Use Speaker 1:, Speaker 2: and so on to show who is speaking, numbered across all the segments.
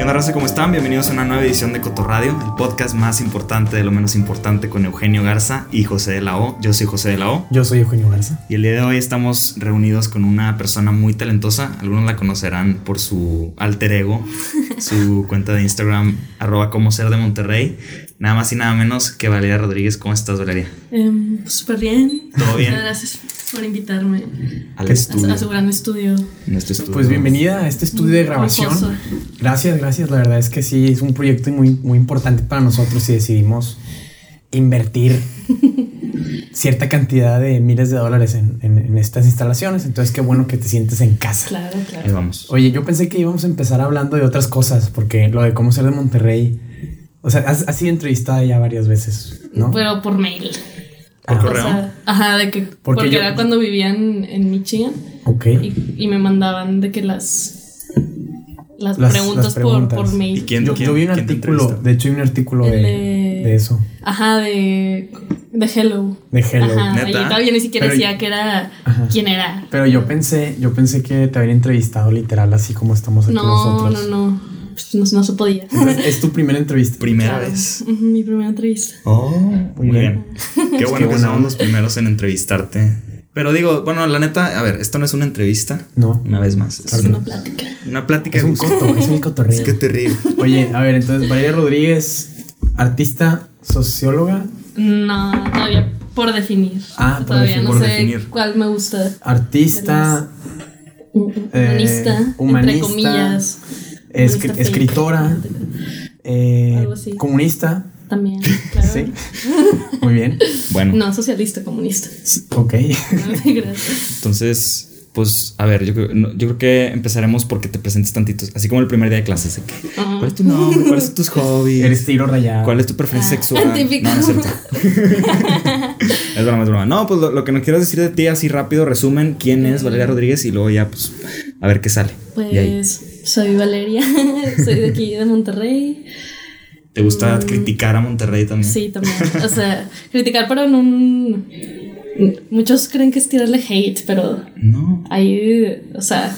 Speaker 1: onda raza? ¿Cómo están? Bienvenidos a una nueva edición de Cotorradio, el podcast más importante de lo menos importante con Eugenio Garza y José de la O. Yo soy José de la O.
Speaker 2: Yo soy Eugenio Garza.
Speaker 1: Y el día de hoy estamos reunidos con una persona muy talentosa. Algunos la conocerán por su alter ego, su cuenta de Instagram, arroba como ser de Monterrey. Nada más y nada menos que Valeria Rodríguez. ¿Cómo estás, Valeria?
Speaker 3: Em, Súper bien.
Speaker 1: ¿Todo bien?
Speaker 3: Muchas gracias por invitarme
Speaker 1: Al
Speaker 2: ¿Qué-
Speaker 1: estudio.
Speaker 3: a, a su gran estudio.
Speaker 1: Nuestro estudio.
Speaker 2: Pues bienvenida a este estudio de grabación.
Speaker 3: Lujoso.
Speaker 2: Gracias, gracias. La verdad es que sí, es un proyecto muy, muy importante para nosotros y decidimos invertir cierta cantidad de miles de dólares en, en- en estas instalaciones. Entonces, qué bueno que te sientes en casa.
Speaker 3: Claro,
Speaker 1: Ahí
Speaker 3: claro.
Speaker 1: vamos.
Speaker 2: Oye, yo pensé que íbamos a empezar hablando de otras cosas, porque lo de cómo ser de Monterrey, o sea, has, has sido entrevistada ya varias veces, ¿no?
Speaker 3: Pero por mail.
Speaker 1: Por
Speaker 2: Ah,
Speaker 1: correo.
Speaker 3: O sea, ajá, de que. porque
Speaker 2: yo-
Speaker 3: era cuando vivían en Michigan
Speaker 2: ok.
Speaker 3: y, y me mandaban de que las. Las,
Speaker 2: Las-
Speaker 3: preguntas,
Speaker 2: las
Speaker 3: por- Por,
Speaker 2: preguntas.
Speaker 3: mail.
Speaker 1: ¿Y quién-
Speaker 2: Yo, yo vi un
Speaker 1: quién te
Speaker 2: artículo,
Speaker 1: entrevistó?
Speaker 2: de hecho, hay un artículo de,
Speaker 3: El de-
Speaker 2: de eso,
Speaker 3: Ajá, de. De Hello.
Speaker 2: de Hello.
Speaker 3: Ajá,
Speaker 1: ¿Neta?
Speaker 3: y todavía ni siquiera
Speaker 2: Pero-
Speaker 3: decía que era.
Speaker 2: Ajá.
Speaker 3: ¿Quién era?
Speaker 2: Pero yo pensé, yo pensé que te habían entrevistado literal así como estamos aquí
Speaker 3: No,
Speaker 2: nosotros.
Speaker 3: no, no. Pues no, no se podía.
Speaker 2: Entonces, es tu primera entrevista.
Speaker 1: Primera
Speaker 3: Claro.
Speaker 1: vez.
Speaker 3: Ujú, Mi primera entrevista.
Speaker 1: Oh, muy bien.
Speaker 2: bien.
Speaker 1: Qué bueno que
Speaker 2: buena
Speaker 1: somos
Speaker 2: onda.
Speaker 1: los primeros en entrevistarte. Pero digo, bueno, la neta, a ver, esto no es una entrevista.
Speaker 2: No.
Speaker 1: Una vez más.
Speaker 3: Es una plática.
Speaker 1: Una plática
Speaker 2: Es
Speaker 1: de
Speaker 2: un
Speaker 1: gusto.
Speaker 2: coto, es un cotorreo.
Speaker 1: Es que terrible.
Speaker 2: Oye, a ver, entonces Valeria Rodríguez, artista, socióloga,
Speaker 3: No, todavía por definir.
Speaker 2: Ah, por
Speaker 3: todavía
Speaker 2: definir.
Speaker 3: no
Speaker 1: Por
Speaker 3: sé
Speaker 1: definir.
Speaker 3: cuál me gusta.
Speaker 2: Eh, artista,
Speaker 3: Humanista,
Speaker 2: humanista,
Speaker 3: entre comillas.
Speaker 2: es-
Speaker 3: Humanista fake.
Speaker 2: escritora, eh,
Speaker 3: Algo así.
Speaker 2: comunista.
Speaker 3: También, claro.
Speaker 2: Sí. Muy bien.
Speaker 1: Bueno,
Speaker 3: No, socialista, comunista.
Speaker 2: Ok.
Speaker 3: Gracias.
Speaker 1: entonces, pues, a ver, yo, creo- no, yo creo que empezaremos porque te presentes tantitos. Así como el primer día de clases. de que,
Speaker 3: Ah.
Speaker 1: ¿Cuál es tu nombre? ¿Cuáles son tus
Speaker 2: Eres
Speaker 1: hobbies?
Speaker 2: tiro rayado.
Speaker 1: ¿Cuál es tu preferencia
Speaker 3: Ah,
Speaker 1: sexual?
Speaker 3: típico.
Speaker 1: No, no es cierto. es broma, es broma. No, pues lo, lo que nos quieras decir de ti, así rápido, resumen, quién es Valeria Rodríguez y luego ya, pues, a ver qué sale. Y ahí.
Speaker 3: Pues soy Valeria, soy de aquí de Monterrey.
Speaker 1: ¿Te gusta criticar a Monterrey
Speaker 2: Mm.
Speaker 1: también?
Speaker 3: Sí, también. O sea, criticar, pero en un. Muchos creen que es tirarle hate, pero
Speaker 1: No.
Speaker 3: Ahí, o sea,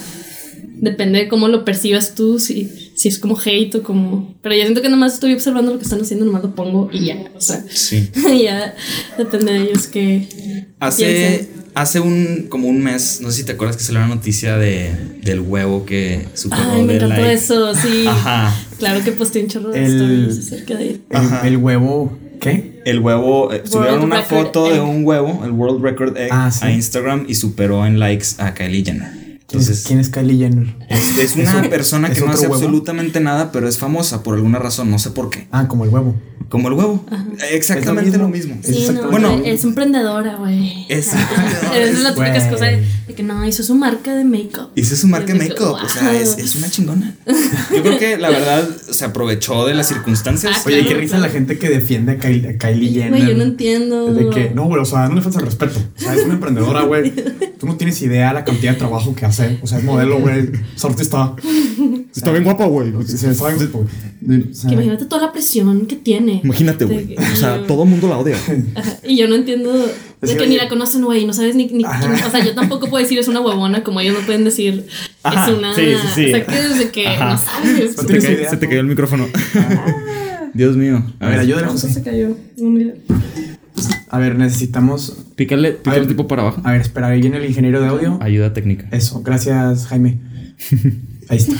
Speaker 3: depende de cómo lo percibas tú, si, si es como hate o como... Pero yo siento que nomás estoy observando lo que están haciendo, nomás lo pongo y ya, o sea,
Speaker 1: Sí.
Speaker 3: ya depende de ellos que...
Speaker 1: Hace,
Speaker 3: piensen.
Speaker 1: hace un como un mes, no sé si te acuerdas que salió la noticia de, del huevo que superó
Speaker 3: Ay, me
Speaker 1: de
Speaker 3: encantó
Speaker 1: like.
Speaker 3: eso, sí.
Speaker 1: Ajá.
Speaker 3: Claro que posteé un chorro de
Speaker 2: El-
Speaker 3: stories acerca de él.
Speaker 1: Ajá.
Speaker 2: El, el huevo, ¿qué?
Speaker 1: El huevo, eh, subieron una
Speaker 3: record
Speaker 1: foto de
Speaker 3: egg.
Speaker 1: un huevo, el World Record Egg,
Speaker 2: Ah, sí.
Speaker 1: a Instagram y superó en likes a Kylie Jenner.
Speaker 2: ¿Quién es-
Speaker 1: Entonces, eh.
Speaker 2: ¿Quién es Kylie Jenner?
Speaker 1: es, es una
Speaker 2: ¿Es un-
Speaker 1: persona que
Speaker 2: es
Speaker 1: no
Speaker 2: otro
Speaker 1: hace
Speaker 2: huevo?
Speaker 1: absolutamente nada, pero es famosa por alguna razón, no sé por qué.
Speaker 2: Ah, como el huevo.
Speaker 1: Como el huevo. Exactamente
Speaker 2: Es
Speaker 1: lo
Speaker 2: lo
Speaker 1: mismo.
Speaker 2: mismo.
Speaker 3: Sí, no,
Speaker 1: Bueno.
Speaker 3: bueno, es emprendedora, güey.
Speaker 1: Es-
Speaker 3: Es la típica
Speaker 2: Güey.
Speaker 3: cosa de, de que no, hizo su marca de make-up.
Speaker 1: Hizo su marca
Speaker 3: Y
Speaker 1: de
Speaker 3: es de que,
Speaker 1: make-up, o sea,
Speaker 3: wow.
Speaker 1: es, es una chingona. Yo creo que la verdad se aprovechó de las circunstancias.
Speaker 3: Ah,
Speaker 2: Oye,
Speaker 3: Claro,
Speaker 2: qué risa la gente que defiende a Kylie, a Kylie Jenner.
Speaker 3: Güey, yo no entiendo.
Speaker 2: De que, no, güey, o sea, no le falta el respeto. O sea, es una emprendedora, güey. Tú no tienes idea la cantidad de trabajo que hace. O sea, es modelo, güey. Es artista. Está bien guapa, güey. Se sabe, pues, güey. O sea,
Speaker 3: Que imagínate toda la presión que tiene.
Speaker 1: Imagínate,
Speaker 3: De
Speaker 1: güey.
Speaker 3: que- mm.
Speaker 1: O
Speaker 3: y
Speaker 1: sea,
Speaker 3: yo-
Speaker 1: todo el mundo la odia.
Speaker 3: Ajá, Y yo no entiendo de
Speaker 2: que,
Speaker 3: que ni
Speaker 2: oye,
Speaker 3: la conocen, güey, no sabes ni, ni quién. O sea, yo tampoco puedo decir es una huevona, como ellos no pueden decir
Speaker 1: Ajá,
Speaker 3: es una.
Speaker 1: sí, sí, sí.
Speaker 3: O sea, que desde que
Speaker 1: Ajá.
Speaker 3: no sabes.
Speaker 2: No tienes idea, ¿no?
Speaker 1: el micrófono.
Speaker 3: Ah.
Speaker 1: Dios mío.
Speaker 2: A ver, ayúdale,
Speaker 3: Eso
Speaker 2: José.
Speaker 3: se cayó. No, mira.
Speaker 2: A ver, necesitamos.
Speaker 1: Pícale,
Speaker 2: A ver.
Speaker 1: para abajo.
Speaker 2: A ver, espera, ahí viene el ingeniero de audio.
Speaker 1: Ayuda técnica.
Speaker 2: Eso, gracias, Jaime. Ahí está.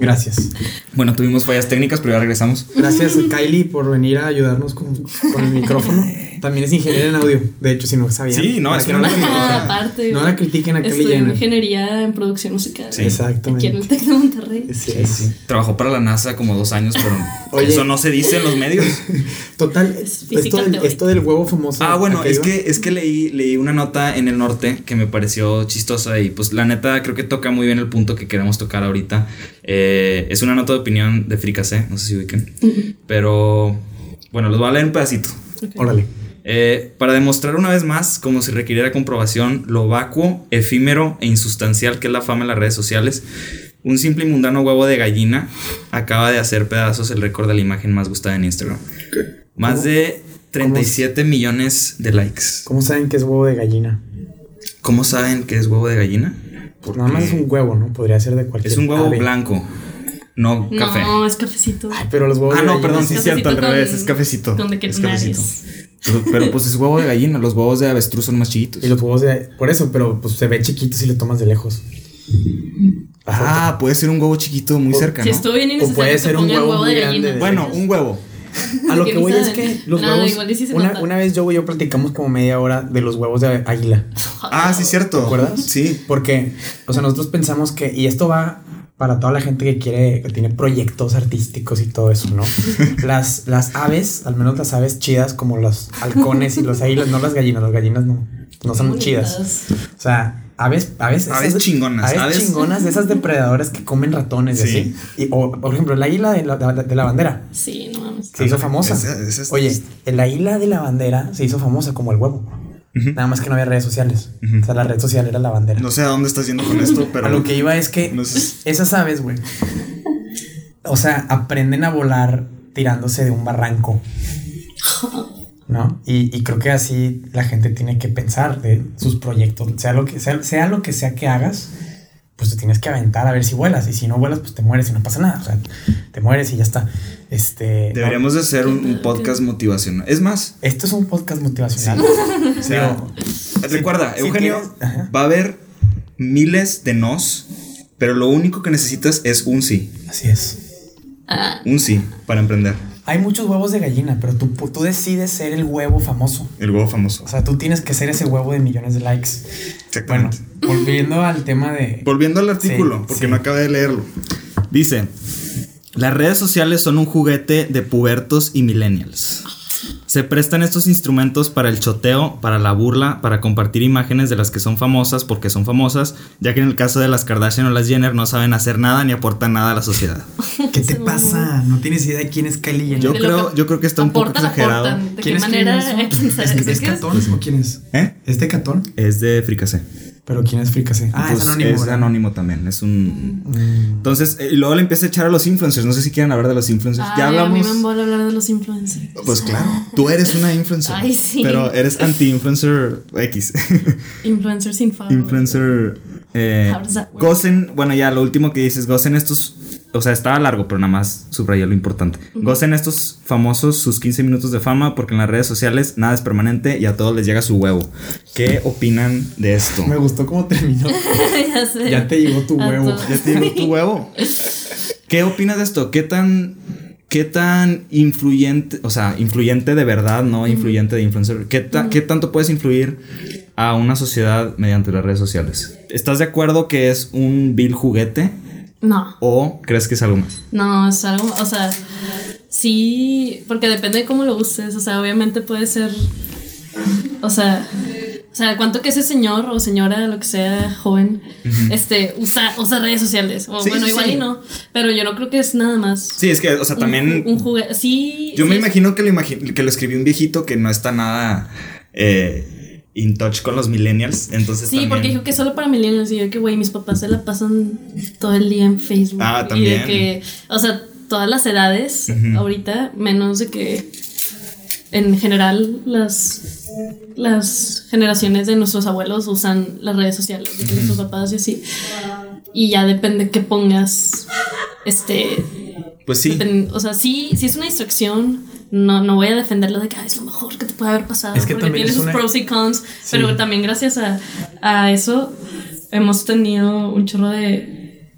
Speaker 2: Gracias.
Speaker 1: Bueno, tuvimos fallas técnicas, pero ya regresamos.
Speaker 2: Gracias, Kylie, por venir a ayudarnos con, con el micrófono. También es ingeniera en audio, de hecho, si no sabían.
Speaker 1: Sí, no,
Speaker 2: Para
Speaker 1: es
Speaker 2: que
Speaker 1: una-
Speaker 2: la critiquen.
Speaker 3: Ah, Aparte,
Speaker 2: No la critiquen a Kylie
Speaker 3: Estudié
Speaker 2: Jenner.
Speaker 3: ingeniería en producción musical.
Speaker 1: Sí.
Speaker 3: Aquí en
Speaker 2: Exactamente.
Speaker 3: el Tec de Monterrey.
Speaker 2: Sí, sí.
Speaker 1: Trabajó para la NASA como dos años, pero
Speaker 2: Oye.
Speaker 1: eso no se dice en los medios.
Speaker 2: Total,
Speaker 3: Es
Speaker 2: esto
Speaker 3: física
Speaker 2: del,
Speaker 3: teórica.
Speaker 2: esto del huevo famoso.
Speaker 1: Ah, bueno,
Speaker 2: ¿a qué
Speaker 1: es
Speaker 2: iba?
Speaker 1: que, es que leí, leí una nota en el norte que me pareció chistosa y pues la neta creo que toca muy bien el punto que queremos tocar ahorita. Eh, es una nota de opinión de Fricasé, no sé si ubiquen. Pero bueno, los voy a leer un pedacito.
Speaker 2: Órale.
Speaker 1: Eh, para demostrar una vez más, como si requiriera comprobación, lo vacuo, efímero e insustancial que es la fama en las redes sociales, un simple y mundano huevo de gallina acaba de hacer pedazos el récord de la imagen más gustada en Instagram. Más de 37 millones de likes.
Speaker 2: ¿Cómo saben que es huevo de gallina?
Speaker 1: ¿Cómo saben que es huevo de gallina?
Speaker 2: Pues nada más es un huevo, ¿no? Podría ser de cualquier
Speaker 1: Es un huevo
Speaker 2: ave.
Speaker 1: blanco. no café.
Speaker 3: No, es cafecito.
Speaker 2: Ay, pero los huevos.
Speaker 1: ah,
Speaker 2: de
Speaker 1: no,
Speaker 2: gallina-
Speaker 1: perdón,
Speaker 3: Es
Speaker 1: sí es cierto, al
Speaker 3: cafecito
Speaker 1: revés,
Speaker 3: con-
Speaker 1: es cafecito.
Speaker 3: con de que
Speaker 1: es
Speaker 3: nadie
Speaker 1: cafecito.
Speaker 3: es.
Speaker 1: Pero, pero, pues es huevo de gallina, los huevos de avestruz son más chiquitos.
Speaker 2: Y los huevos de. Por eso, pero pues se ve chiquito si lo tomas de lejos.
Speaker 1: Ah, puede ser un huevo chiquito muy cerca,
Speaker 3: Si
Speaker 1: ¿no?
Speaker 3: estuvo bien
Speaker 2: O puede
Speaker 3: innecesario que
Speaker 2: ser un
Speaker 3: pongan
Speaker 2: huevo
Speaker 3: huevo de
Speaker 2: Oh, muy
Speaker 3: gallina.
Speaker 2: grande.
Speaker 1: Bueno, un huevo.
Speaker 2: A lo
Speaker 3: Que
Speaker 2: que
Speaker 3: ni
Speaker 2: voy es
Speaker 3: saben.
Speaker 2: que los
Speaker 3: No,
Speaker 2: huevos.
Speaker 3: igual y sí se
Speaker 2: una,
Speaker 3: matan.
Speaker 2: una vez yo y yo platicamos como media hora de los huevos de águila.
Speaker 1: Ah, sí, cierto.
Speaker 2: ¿Te acuerdas?
Speaker 1: Sí.
Speaker 2: Porque, o sea, nosotros pensamos que, y esto va para toda la gente que quiere, que tiene proyectos artísticos y todo eso, ¿no? Las, las aves, al menos las aves chidas, como los halcones y los águilas, no las gallinas, las gallinas no, no son muy chidas. O sea, aves, aves,
Speaker 1: Aves
Speaker 2: esas-
Speaker 1: chingonas,
Speaker 2: Aves,
Speaker 1: aves-
Speaker 2: chingonas, de esas depredadoras que comen ratones y
Speaker 1: Sí.
Speaker 2: así. Y, o, por ejemplo, el águila de la, de la bandera.
Speaker 3: Sí, no mames.
Speaker 2: Se hizo famosa.
Speaker 1: Ah, Esa- esa es-
Speaker 2: Oye, el águila de la bandera se hizo famosa como el huevo.
Speaker 1: Ujú.
Speaker 2: Nada más que no había redes sociales.
Speaker 1: Ujú.
Speaker 2: O sea, la red social era la bandera.
Speaker 1: No sé a dónde estás yendo con esto, pero.
Speaker 2: a lo que iba es que
Speaker 1: no sé.
Speaker 2: esas aves, güey. O sea, aprenden a volar tirándose de un barranco. ¿No? Y, y creo que así la gente tiene que pensar de sus proyectos. Sea lo que sea, sea lo que sea que hagas, pues te tienes que aventar a ver si vuelas. Y si no vuelas, pues te mueres y no pasa nada. O sea, te mueres y ya está. Este. ¿no?
Speaker 1: Deberíamos de hacer un, un podcast motivacional. Es más,
Speaker 2: Esto es un podcast motivacional.
Speaker 1: o sea,
Speaker 2: Digo,
Speaker 1: recuerda,
Speaker 2: sí,
Speaker 1: Eugenio,
Speaker 2: Eugenio, ajá.
Speaker 1: va a haber miles de nos, pero lo único que necesitas es un sí.
Speaker 2: así es.
Speaker 3: Ah,
Speaker 1: Un sí para emprender.
Speaker 2: Hay muchos huevos de gallina, pero tú, tú decides ser el huevo famoso.
Speaker 1: El huevo famoso.
Speaker 2: O sea, tú tienes que ser ese huevo de millones de likes. Bueno,
Speaker 1: Exactamente.
Speaker 2: volviendo al tema de...
Speaker 1: Volviendo al artículo,
Speaker 2: Sí,
Speaker 1: porque
Speaker 2: sí.
Speaker 1: no acabé de leerlo. Dice: Las redes sociales son un juguete de pubertos y millennials. Se prestan estos instrumentos para el choteo, para la burla, para compartir imágenes de las que son famosas porque son famosas, ya que en el caso de las Kardashian o las Jenner no saben hacer nada ni aportan nada a la sociedad.
Speaker 2: ¿Qué te pasa? No tienes idea de quién es Kylie Jenner.
Speaker 1: Yo
Speaker 3: de lo
Speaker 1: creo, yo creo que está un poco
Speaker 3: aportan,
Speaker 1: exagerado.
Speaker 3: aportan. ¿De qué
Speaker 2: ¿Quién es
Speaker 3: manera?
Speaker 2: Kylie
Speaker 3: ¿Quién sabe?
Speaker 2: ¿Es,
Speaker 3: ¿Qué
Speaker 2: es
Speaker 3: es?
Speaker 2: Catón o quién es?
Speaker 1: ¿Eh?
Speaker 2: ¿Es de Catón?
Speaker 1: Es de fricase.
Speaker 2: ¿Pero quién es Fricase? Ah,
Speaker 1: Pues
Speaker 2: es anónimo.
Speaker 1: Es
Speaker 2: ¿verdad?
Speaker 1: anónimo también. Es un.
Speaker 2: Mm.
Speaker 1: Entonces, eh, y luego le empieza a echar a los influencers. No sé si quieren hablar de los influencers.
Speaker 3: Ay,
Speaker 1: ya hablamos.
Speaker 3: A mí me embola hablar de los influencers.
Speaker 1: Pues claro, tú eres una influencer.
Speaker 3: Ay, sí.
Speaker 1: Pero eres anti-influencer X.
Speaker 3: Influencers sin favor.
Speaker 1: influencer. Eh,
Speaker 3: How does that work?
Speaker 1: gocen, bueno, ya lo último que dices, gocen estos. O sea, estaba largo, pero nada más subrayé lo importante. Gocen estos famosos sus 15 minutos de fama, porque en las redes sociales nada es permanente y a todos les llega su huevo. ¿Qué opinan de esto?
Speaker 2: Me gustó cómo terminó.
Speaker 3: ya sé.
Speaker 2: ya te llegó tu
Speaker 3: A
Speaker 2: huevo.
Speaker 3: todos.
Speaker 1: Ya te digo, tu huevo. ¿Qué opinas de esto? ¿Qué tan, qué tan influyente, o sea, influyente de verdad, no influyente de influencer? ¿Qué, ta- qué tanto puedes influir a una sociedad mediante las redes sociales? ¿Estás de acuerdo que es un vil juguete
Speaker 3: No.
Speaker 1: o crees que es algo más?
Speaker 3: No, es algo, o sea, sí, porque depende de cómo lo uses, o sea, obviamente puede ser, o sea, o sea, cuánto que ese señor o señora, lo que sea, joven, este, usa, usa redes sociales, o
Speaker 1: Sí,
Speaker 3: bueno,
Speaker 1: sí,
Speaker 3: igual
Speaker 1: sí.
Speaker 3: y no, pero yo no creo que es nada más.
Speaker 1: Sí, es que, o sea,
Speaker 3: un-
Speaker 1: también...
Speaker 3: Un, juguete, sí.
Speaker 1: Yo
Speaker 3: sí
Speaker 1: me
Speaker 3: es-
Speaker 1: imagino que lo, imagi- que lo escribió un viejito que no está nada... eh, in touch con los millennials, entonces
Speaker 3: Sí,
Speaker 1: también-
Speaker 3: porque dijo que solo para millennials y yo que, güey, mis papás se la pasan todo el día en Facebook.
Speaker 1: Ah,
Speaker 3: Y
Speaker 1: también.
Speaker 3: de que, o sea, todas las edades
Speaker 1: Ujú.
Speaker 3: ahorita, menos de que en general las, las generaciones de nuestros abuelos usan las redes sociales, de que nuestros papás y así. Y ya depende que pongas, este,
Speaker 1: pues sí,
Speaker 3: depend- o sea, sí, sí es una distracción. No, no voy a defenderlo de que "Ay, es lo mejor que te puede haber pasado.
Speaker 2: Es que
Speaker 3: porque
Speaker 2: también
Speaker 3: tiene
Speaker 2: es
Speaker 3: sus
Speaker 2: una-
Speaker 3: pros y cons. Pero también gracias a, a eso hemos tenido un chorro de.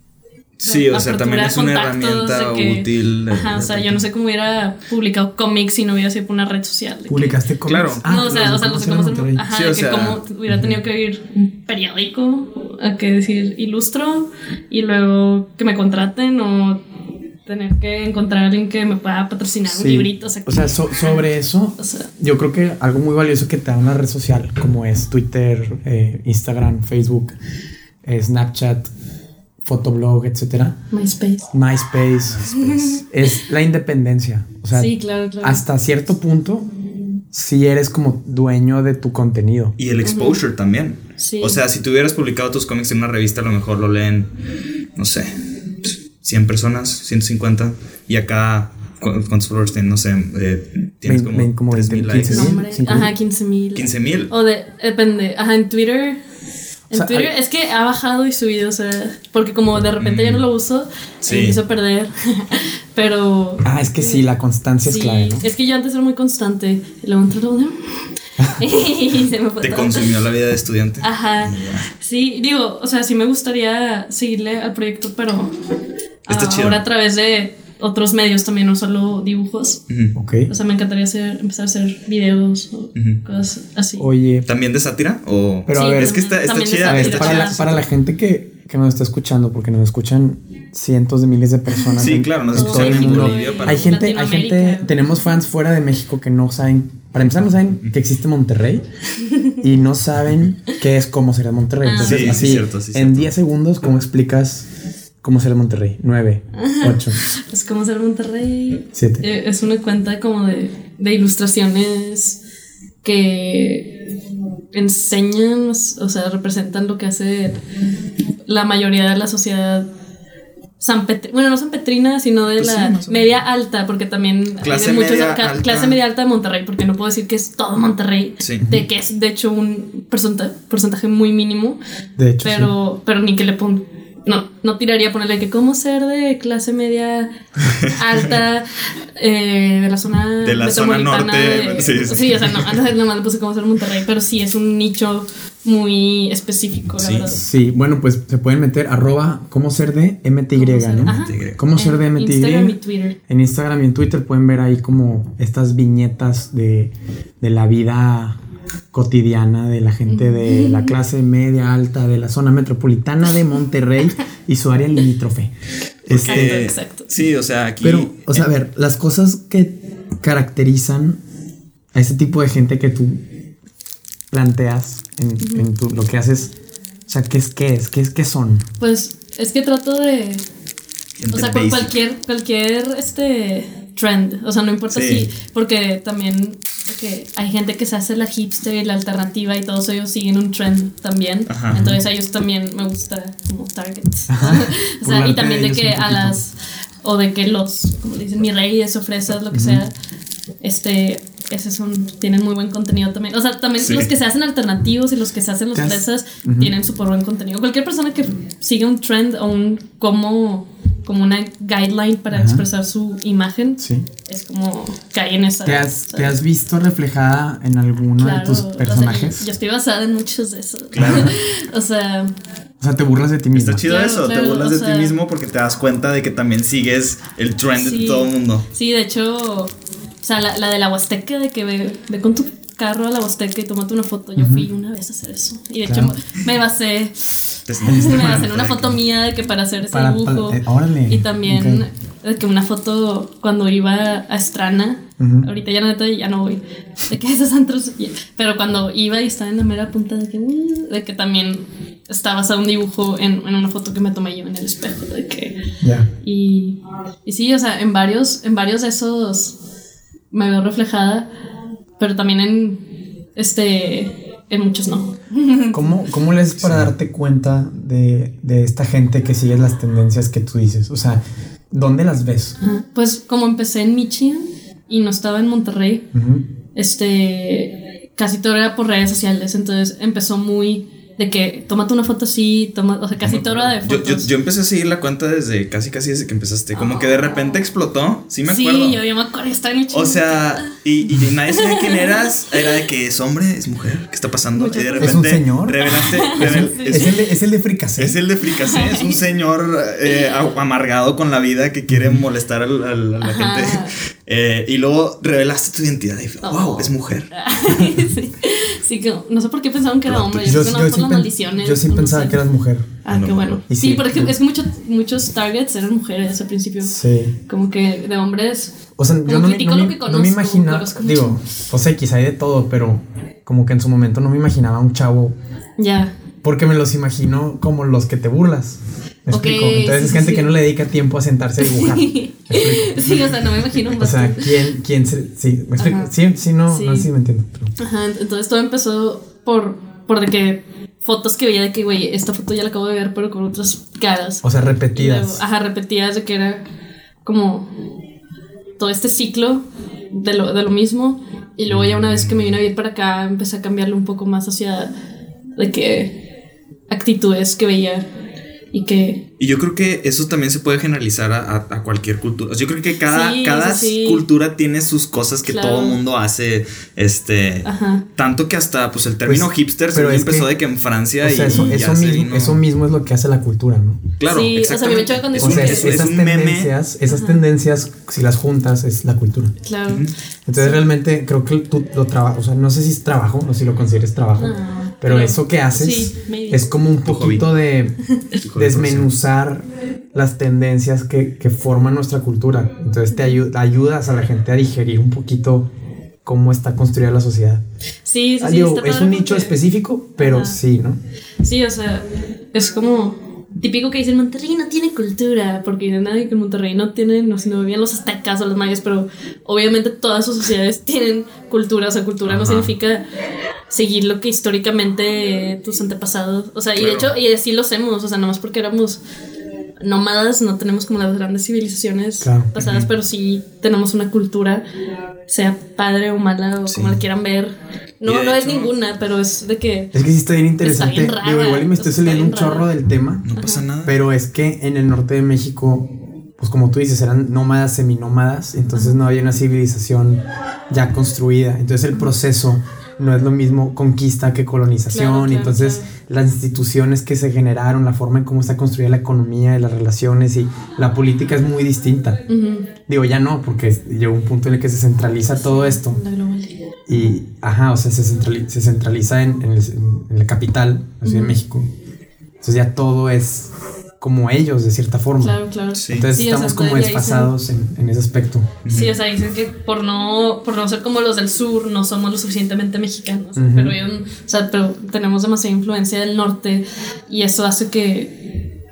Speaker 1: Sí, o sea,
Speaker 3: apertura,
Speaker 1: también es una
Speaker 3: contactos,
Speaker 1: herramienta
Speaker 3: de que-
Speaker 1: útil. de-
Speaker 3: Ajá, o sea, yo no sé cómo hubiera publicado cómics si no hubiera sido por una red social. de que-
Speaker 2: Publicaste cómics.
Speaker 1: Claro.
Speaker 2: Ah,
Speaker 3: no, o sea, o sea,
Speaker 2: ¿cómo
Speaker 3: los
Speaker 2: se llama
Speaker 3: cómo se-
Speaker 2: Monterrey?
Speaker 3: Ajá,
Speaker 1: Sí, o
Speaker 3: de que
Speaker 1: sea-
Speaker 3: como hubiera tenido que ir un periódico a que decir ilustro y luego que me contraten o tener que encontrar a alguien que me pueda patrocinar un
Speaker 2: Sí.
Speaker 3: librito. O sea,
Speaker 2: O sea, so- sobre eso,
Speaker 3: o sea,
Speaker 2: yo creo que algo muy valioso que te da una red social como es Twitter, eh, Instagram, Facebook, eh, Snapchat, Fotoblog, etcétera,
Speaker 3: MySpace.
Speaker 2: MySpace, es la independencia. O sea,
Speaker 3: sí, claro, claro.
Speaker 2: hasta cierto punto, si eres como dueño de tu contenido.
Speaker 1: Y el exposure también.
Speaker 3: Sí.
Speaker 1: O sea, si tú hubieras publicado tus cómics en una revista, a lo mejor lo leen, no sé, 100 personas, 150. Y acá, ¿cu- ¿cuántos followers tienes? No sé, eh, tienes
Speaker 2: Vein- vein-
Speaker 1: como
Speaker 2: como
Speaker 1: 3.000
Speaker 2: veinte,
Speaker 1: likes.
Speaker 2: quince mil.
Speaker 3: Nombre.
Speaker 2: cinco mil.
Speaker 3: Ajá, 15 mil.
Speaker 1: 15 mil.
Speaker 3: O de, depende. Ajá, en Twitter. En
Speaker 2: sea,
Speaker 3: Twitter es que ha bajado y subido, o sea, porque como de repente
Speaker 2: Mm.
Speaker 3: ya no lo uso,
Speaker 1: Sí.
Speaker 3: me hizo perder. Pero.
Speaker 2: Ah, es que sí, la constancia
Speaker 3: sí,
Speaker 2: es clave, ¿no?
Speaker 3: es que yo antes era muy constante. Y luego entré luego, ¿no? y se me fue
Speaker 1: Te
Speaker 3: todo.
Speaker 1: consumió la vida de estudiante.
Speaker 3: Ajá. Sí, digo, o sea, sí me gustaría seguirle al proyecto, pero
Speaker 1: Está
Speaker 3: ahora
Speaker 1: chido.
Speaker 3: a través de otros medios también, no solo dibujos.
Speaker 1: Ujú.
Speaker 2: Ok.
Speaker 3: O sea, me encantaría hacer, empezar a hacer videos o
Speaker 1: Ujú.
Speaker 3: cosas así.
Speaker 2: Oye,
Speaker 1: ¿También de sátira? O...
Speaker 2: Pero a ver-
Speaker 1: es que está, está
Speaker 3: también de
Speaker 1: chida.
Speaker 2: a ver,
Speaker 1: está
Speaker 3: sátira.
Speaker 2: para
Speaker 1: chida.
Speaker 2: la, para la gente que, que nos está escuchando, porque nos escuchan cientos de miles de personas.
Speaker 1: Sí,
Speaker 2: en-
Speaker 1: claro, nos
Speaker 2: en todo
Speaker 1: escuchan
Speaker 2: el
Speaker 1: en
Speaker 2: mundo.
Speaker 1: Bolivia, para-
Speaker 2: Hay gente, hay gente,
Speaker 3: Latinoamérica.
Speaker 2: tenemos fans fuera de México que no saben, para empezar no saben que existe Monterrey y no saben qué es cómo será Monterrey.
Speaker 3: Ah.
Speaker 2: Entonces,
Speaker 1: Sí, sí,
Speaker 2: así,
Speaker 1: cierto, sí,
Speaker 2: en
Speaker 1: cierto.
Speaker 2: 10 segundos, ¿cómo explicas cómo será Monterrey? 9, 8,
Speaker 3: Es como ser Monterrey.
Speaker 2: 7.
Speaker 3: Eh, es una cuenta como de, de ilustraciones que enseñan, o sea, representan lo que hace la mayoría de la sociedad. San Petri- bueno, no San Petrina, sino de
Speaker 1: Pues sí,
Speaker 3: la
Speaker 1: más o menos.
Speaker 3: media alta, porque también
Speaker 1: Clase
Speaker 3: de
Speaker 1: media
Speaker 3: ca-
Speaker 1: alta.
Speaker 3: clase media alta de Monterrey, porque no puedo decir que es todo Monterrey,
Speaker 1: Sí.
Speaker 3: de que es de hecho un porcenta- porcentaje muy mínimo,
Speaker 2: De hecho, sí.
Speaker 3: Eh, pero, pero ni que le ponga. No, no tiraría a ponerle que cómo ser de clase media alta, eh, de la zona
Speaker 1: De la zona
Speaker 3: metropolitana
Speaker 1: norte,
Speaker 3: de-
Speaker 1: sí, sí.
Speaker 3: o sea, no, antes nomás le puse cómo ser Monterrey, pero sí es un nicho muy específico, la
Speaker 1: Sí.
Speaker 3: verdad.
Speaker 2: Sí, bueno, pues se pueden meter arroba cómo ser de MTY,
Speaker 3: ¿Cómo ser?
Speaker 2: ¿no?
Speaker 3: Ajá.
Speaker 2: ¿Cómo ser de
Speaker 3: En
Speaker 2: MTY?
Speaker 3: Instagram y Twitter.
Speaker 2: En Instagram y en Twitter pueden ver ahí como estas viñetas de, de la vida cotidiana de la gente de la clase media alta de la zona metropolitana de Monterrey y su área limítrofe.
Speaker 1: Porque-
Speaker 3: Exacto, exacto.
Speaker 1: Sí, o sea, aquí.
Speaker 2: Este, Pero, o sea, a ver, las cosas que caracterizan a este tipo de gente que tú planteas en, en tu- lo que haces, o sea, ¿qué es qué es? ¿Qué es qué son?
Speaker 3: Pues es que trato de
Speaker 1: gente
Speaker 3: O sea,
Speaker 1: basic.
Speaker 3: cual- cualquier, cualquier este trend. O sea, no importa
Speaker 1: Sí.
Speaker 3: si. Porque también que hay gente que se hace la hipster y la alternativa y todos ellos siguen un trend también.
Speaker 1: Ajá.
Speaker 3: Entonces a ellos también me gusta como targets. o sea,
Speaker 2: burlarte
Speaker 3: y también
Speaker 2: de
Speaker 3: de
Speaker 2: ellos
Speaker 3: que
Speaker 2: un
Speaker 3: a
Speaker 2: poquito.
Speaker 3: las. O de que los, como le dicen, mi reyes o fresas, lo que sea. Este. Ese es un, tienen muy buen contenido también. O sea, también
Speaker 1: Sí.
Speaker 3: los que se hacen alternativos y los que se hacen los
Speaker 2: Te has-
Speaker 3: fresas
Speaker 2: Ujú.
Speaker 3: tienen súper buen contenido. Cualquier persona que siga un trend o un como, como una guideline para
Speaker 2: Ajá.
Speaker 3: expresar su imagen
Speaker 2: Sí.
Speaker 3: es como cae en esa.
Speaker 2: ¿Te has,
Speaker 3: esa-
Speaker 2: te has visto reflejada en alguno de
Speaker 3: Claro,
Speaker 2: tus
Speaker 3: o sea,
Speaker 2: personajes?
Speaker 3: yo, yo estoy basada en muchos de esos.
Speaker 1: Claro.
Speaker 3: o sea,
Speaker 2: O sea, te burlas de ti mismo.
Speaker 1: Está chido
Speaker 3: Claro,
Speaker 1: eso,
Speaker 3: claro,
Speaker 1: te burlas
Speaker 3: o
Speaker 1: de
Speaker 3: sea-
Speaker 1: ti mismo porque te das cuenta de que también sigues el trend de
Speaker 3: Sí.
Speaker 1: todo el mundo.
Speaker 3: sí, de hecho, o sea, la, la de la Huasteca, de que ve, ve con tu carro a la Huasteca y tómate una foto. Yo fui una vez a hacer eso. Y de
Speaker 2: Claro.
Speaker 3: hecho, me basé.
Speaker 1: Te sentiste
Speaker 3: me
Speaker 1: mal,
Speaker 3: hacen una
Speaker 1: de
Speaker 3: foto
Speaker 1: que-
Speaker 3: mía de que para hacer ese
Speaker 2: Para-
Speaker 3: dibujo.
Speaker 2: para- eh, órale.
Speaker 3: Y también
Speaker 2: Ok.
Speaker 3: de que una foto cuando iba a Estrana.
Speaker 2: Ujú.
Speaker 3: Ahorita ya la neta ya no voy. De que esos antros. ya- Pero cuando iba y estaba en la mera punta de que. uh, De que también estaba basado un dibujo en, en una foto que me tomé yo en el espejo. De que.
Speaker 2: Ya.
Speaker 3: Y, y sí, o sea, en varios, en varios de esos me veo reflejada. Pero también en. Este. En muchos no.
Speaker 2: ¿Cómo, ¿Cómo le haces para darte cuenta de, de esta gente que sigue las tendencias que tú dices? O sea, ¿dónde las ves?
Speaker 3: Ajá. Pues como empecé en Michigan y no estaba en Monterrey,
Speaker 2: Ujú.
Speaker 3: este, casi todo era por redes sociales, entonces empezó muy de que tómate una foto así, toma, o sea, casi todo era de
Speaker 1: Yo,
Speaker 3: fotos. Ah.
Speaker 1: yo, yo empecé a seguir la cuenta desde casi casi desde que empezaste. Como que de repente explotó. Sí me
Speaker 3: sí,
Speaker 1: acuerdo.
Speaker 3: yo, yo me acuerdo, yo estaba en Michigan.
Speaker 1: O sea, y, y nadie sabía quién eras. Era de que es hombre, es mujer, ¿qué está pasando?
Speaker 3: Muchas
Speaker 1: y de repente
Speaker 2: gracias. ¿Es un señor?
Speaker 1: Revelaste. revel-
Speaker 3: Sí.
Speaker 1: es,
Speaker 2: Es el de, es el de ¿eh? fricasé.
Speaker 1: es el de fricasé, es un señor eh, a- amargado con la vida que quiere molestar al- al- a la
Speaker 3: Ajá. Oh.
Speaker 1: gente. Eh, y luego revelaste tu identidad y fue, wow, es mujer.
Speaker 3: sí, sí, que no sé por qué pensaron que era hombre,
Speaker 1: pues
Speaker 3: yo,
Speaker 2: Yo, yo
Speaker 3: creo que no, por
Speaker 2: sí
Speaker 3: las
Speaker 2: pen-
Speaker 3: maldiciones.
Speaker 2: yo sí
Speaker 3: no
Speaker 2: pensaba
Speaker 3: sé.
Speaker 2: que eras mujer.
Speaker 3: Ah,
Speaker 1: No,
Speaker 3: qué
Speaker 1: no,
Speaker 3: bueno.
Speaker 1: no.
Speaker 2: Y
Speaker 3: Sí,
Speaker 2: sí.
Speaker 3: por ejemplo, es que muchos, muchos targets eran mujeres al principio.
Speaker 2: Sí.
Speaker 3: Como que de hombres.
Speaker 2: O sea,
Speaker 3: Como
Speaker 2: yo no, me-
Speaker 3: critico
Speaker 2: no
Speaker 3: lo
Speaker 2: me,
Speaker 3: que
Speaker 2: no me
Speaker 3: conozco,
Speaker 2: imaginaba.
Speaker 3: conozco
Speaker 2: Digo, o sea, quizá hay de todo, pero como que en su momento no me imaginaba un chavo.
Speaker 3: Ya.
Speaker 2: Porque me los imagino como los que te burlas. ¿Me
Speaker 3: Ok,
Speaker 2: explico? Entonces
Speaker 3: sí,
Speaker 2: es
Speaker 3: sí,
Speaker 2: gente
Speaker 3: sí.
Speaker 2: que no le dedica tiempo a sentarse a dibujar.
Speaker 3: sí,
Speaker 2: ¿Me explico?
Speaker 3: o sea, no me imagino un
Speaker 2: O sea,
Speaker 3: vato.
Speaker 2: ¿quién, quién se, sí, me explico?
Speaker 3: Ajá.
Speaker 2: Sí, sí, no,
Speaker 3: Sí.
Speaker 2: no sé si me entiendo. pero-
Speaker 3: Ajá, ent- entonces todo empezó por, por de que fotos que veía de que, güey, esta foto ya la acabo de ver, pero con otras caras.
Speaker 2: o sea,
Speaker 3: Y luego,
Speaker 2: repetidas.
Speaker 3: ajá, repetidas de que era como todo este ciclo de lo, de lo mismo. Y luego ya una vez que me vine a vivir para acá, empecé a cambiarlo un poco más hacia de que actitudes que veía y que
Speaker 1: Y yo creo que eso también se puede generalizar a, a- a cualquier cultura. O sea, Yo creo que cada,
Speaker 3: Sí,
Speaker 1: cada
Speaker 3: sí, sí.
Speaker 1: cultura tiene sus cosas que
Speaker 3: Claro.
Speaker 1: todo mundo hace. Este.
Speaker 3: ajá
Speaker 1: Tanto que hasta pues el término
Speaker 2: Pues,
Speaker 1: hipster
Speaker 2: pero
Speaker 1: según
Speaker 2: es
Speaker 1: empezó
Speaker 2: que-
Speaker 1: de que en Francia
Speaker 2: O sea,
Speaker 1: y-
Speaker 2: eso,
Speaker 1: y
Speaker 2: eso
Speaker 1: ya se
Speaker 2: mismo,
Speaker 1: vino-
Speaker 2: eso mismo es lo que hace la cultura, ¿no?
Speaker 1: Claro,
Speaker 3: Sí, o sea, a mí me choca cuando
Speaker 1: exactamente.
Speaker 3: Es
Speaker 2: o
Speaker 3: un-
Speaker 2: sea,
Speaker 1: es, es
Speaker 2: esas
Speaker 1: un meme.
Speaker 2: tendencias, esas tendencias, si las juntas, es la cultura.
Speaker 3: claro
Speaker 2: Entonces realmente creo que tú lo trabajas, o sea, no sé si es trabajo o si lo consideres trabajo,
Speaker 3: No,
Speaker 2: pero
Speaker 3: pero-
Speaker 2: eso que haces
Speaker 3: sí, maybe.
Speaker 2: es como un
Speaker 1: Tu hobby.
Speaker 2: poquito de
Speaker 1: Tu hobby
Speaker 2: desmenuzar las tendencias que, que forman nuestra cultura. Entonces te ayu- ayudas a la gente a digerir un poquito cómo está construida la sociedad.
Speaker 3: sí, sí,
Speaker 2: Ah,
Speaker 3: sí,
Speaker 2: digo,
Speaker 3: está
Speaker 2: es
Speaker 3: padre
Speaker 2: un nicho
Speaker 3: porque-
Speaker 2: específico, pero
Speaker 3: Ajá.
Speaker 2: sí, ¿no?
Speaker 3: sí o sea es como típico que dicen Monterrey no tiene cultura porque nadie que en Monterrey no tiene no sé no vivían los aztecas o los mayas pero obviamente todas sus sociedades tienen cultura o sea cultura no
Speaker 1: Ajá.
Speaker 3: significa seguir lo que históricamente eh, tus antepasados o sea y de
Speaker 1: Claro.
Speaker 3: hecho y así lo hacemos o sea nomás porque éramos nómadas no tenemos como las grandes civilizaciones
Speaker 2: Claro.
Speaker 3: pasadas pero sí tenemos una cultura sea padre o mala o
Speaker 1: Sí.
Speaker 3: como la quieran ver
Speaker 1: Y
Speaker 3: no
Speaker 1: de
Speaker 3: no es
Speaker 1: hecho-
Speaker 3: ninguna pero es de que
Speaker 2: Es que sí está bien interesante.
Speaker 3: bien rara,
Speaker 2: Digo, igual y me estoy
Speaker 3: está
Speaker 2: saliendo un
Speaker 3: bien
Speaker 2: chorro
Speaker 3: rara.
Speaker 2: del tema,
Speaker 1: No pasa nada.
Speaker 2: pero es que en el norte de México, pues como tú dices, eran nómadas, seminómadas, entonces no había una civilización ya construida. Entonces el proceso no es lo mismo conquista que colonización.
Speaker 3: Claro, claro,
Speaker 2: entonces las instituciones que se generaron, la forma en cómo está construida la economía, y las relaciones y la política es muy distinta.
Speaker 3: ujú,
Speaker 2: Digo, ya no, porque llegó un punto en el que se centraliza todo esto.
Speaker 3: la globalidad
Speaker 2: Y, ajá, o sea, se, centrali- se centraliza en, en el- en- en la capital, la Ciudad de México. Entonces ya todo es como ellos, de cierta forma.
Speaker 3: claro claro
Speaker 1: Sí.
Speaker 2: Entonces
Speaker 3: Sí, o sea,
Speaker 2: estamos como
Speaker 3: todavía dicen-
Speaker 2: desfasados en, en ese aspecto.
Speaker 3: Sí, o sea, dicen que por no, por no ser como los del sur, no somos lo suficientemente mexicanos.
Speaker 2: Ujú.
Speaker 3: pero, hay un- o sea, pero tenemos demasiada influencia del norte y eso hace que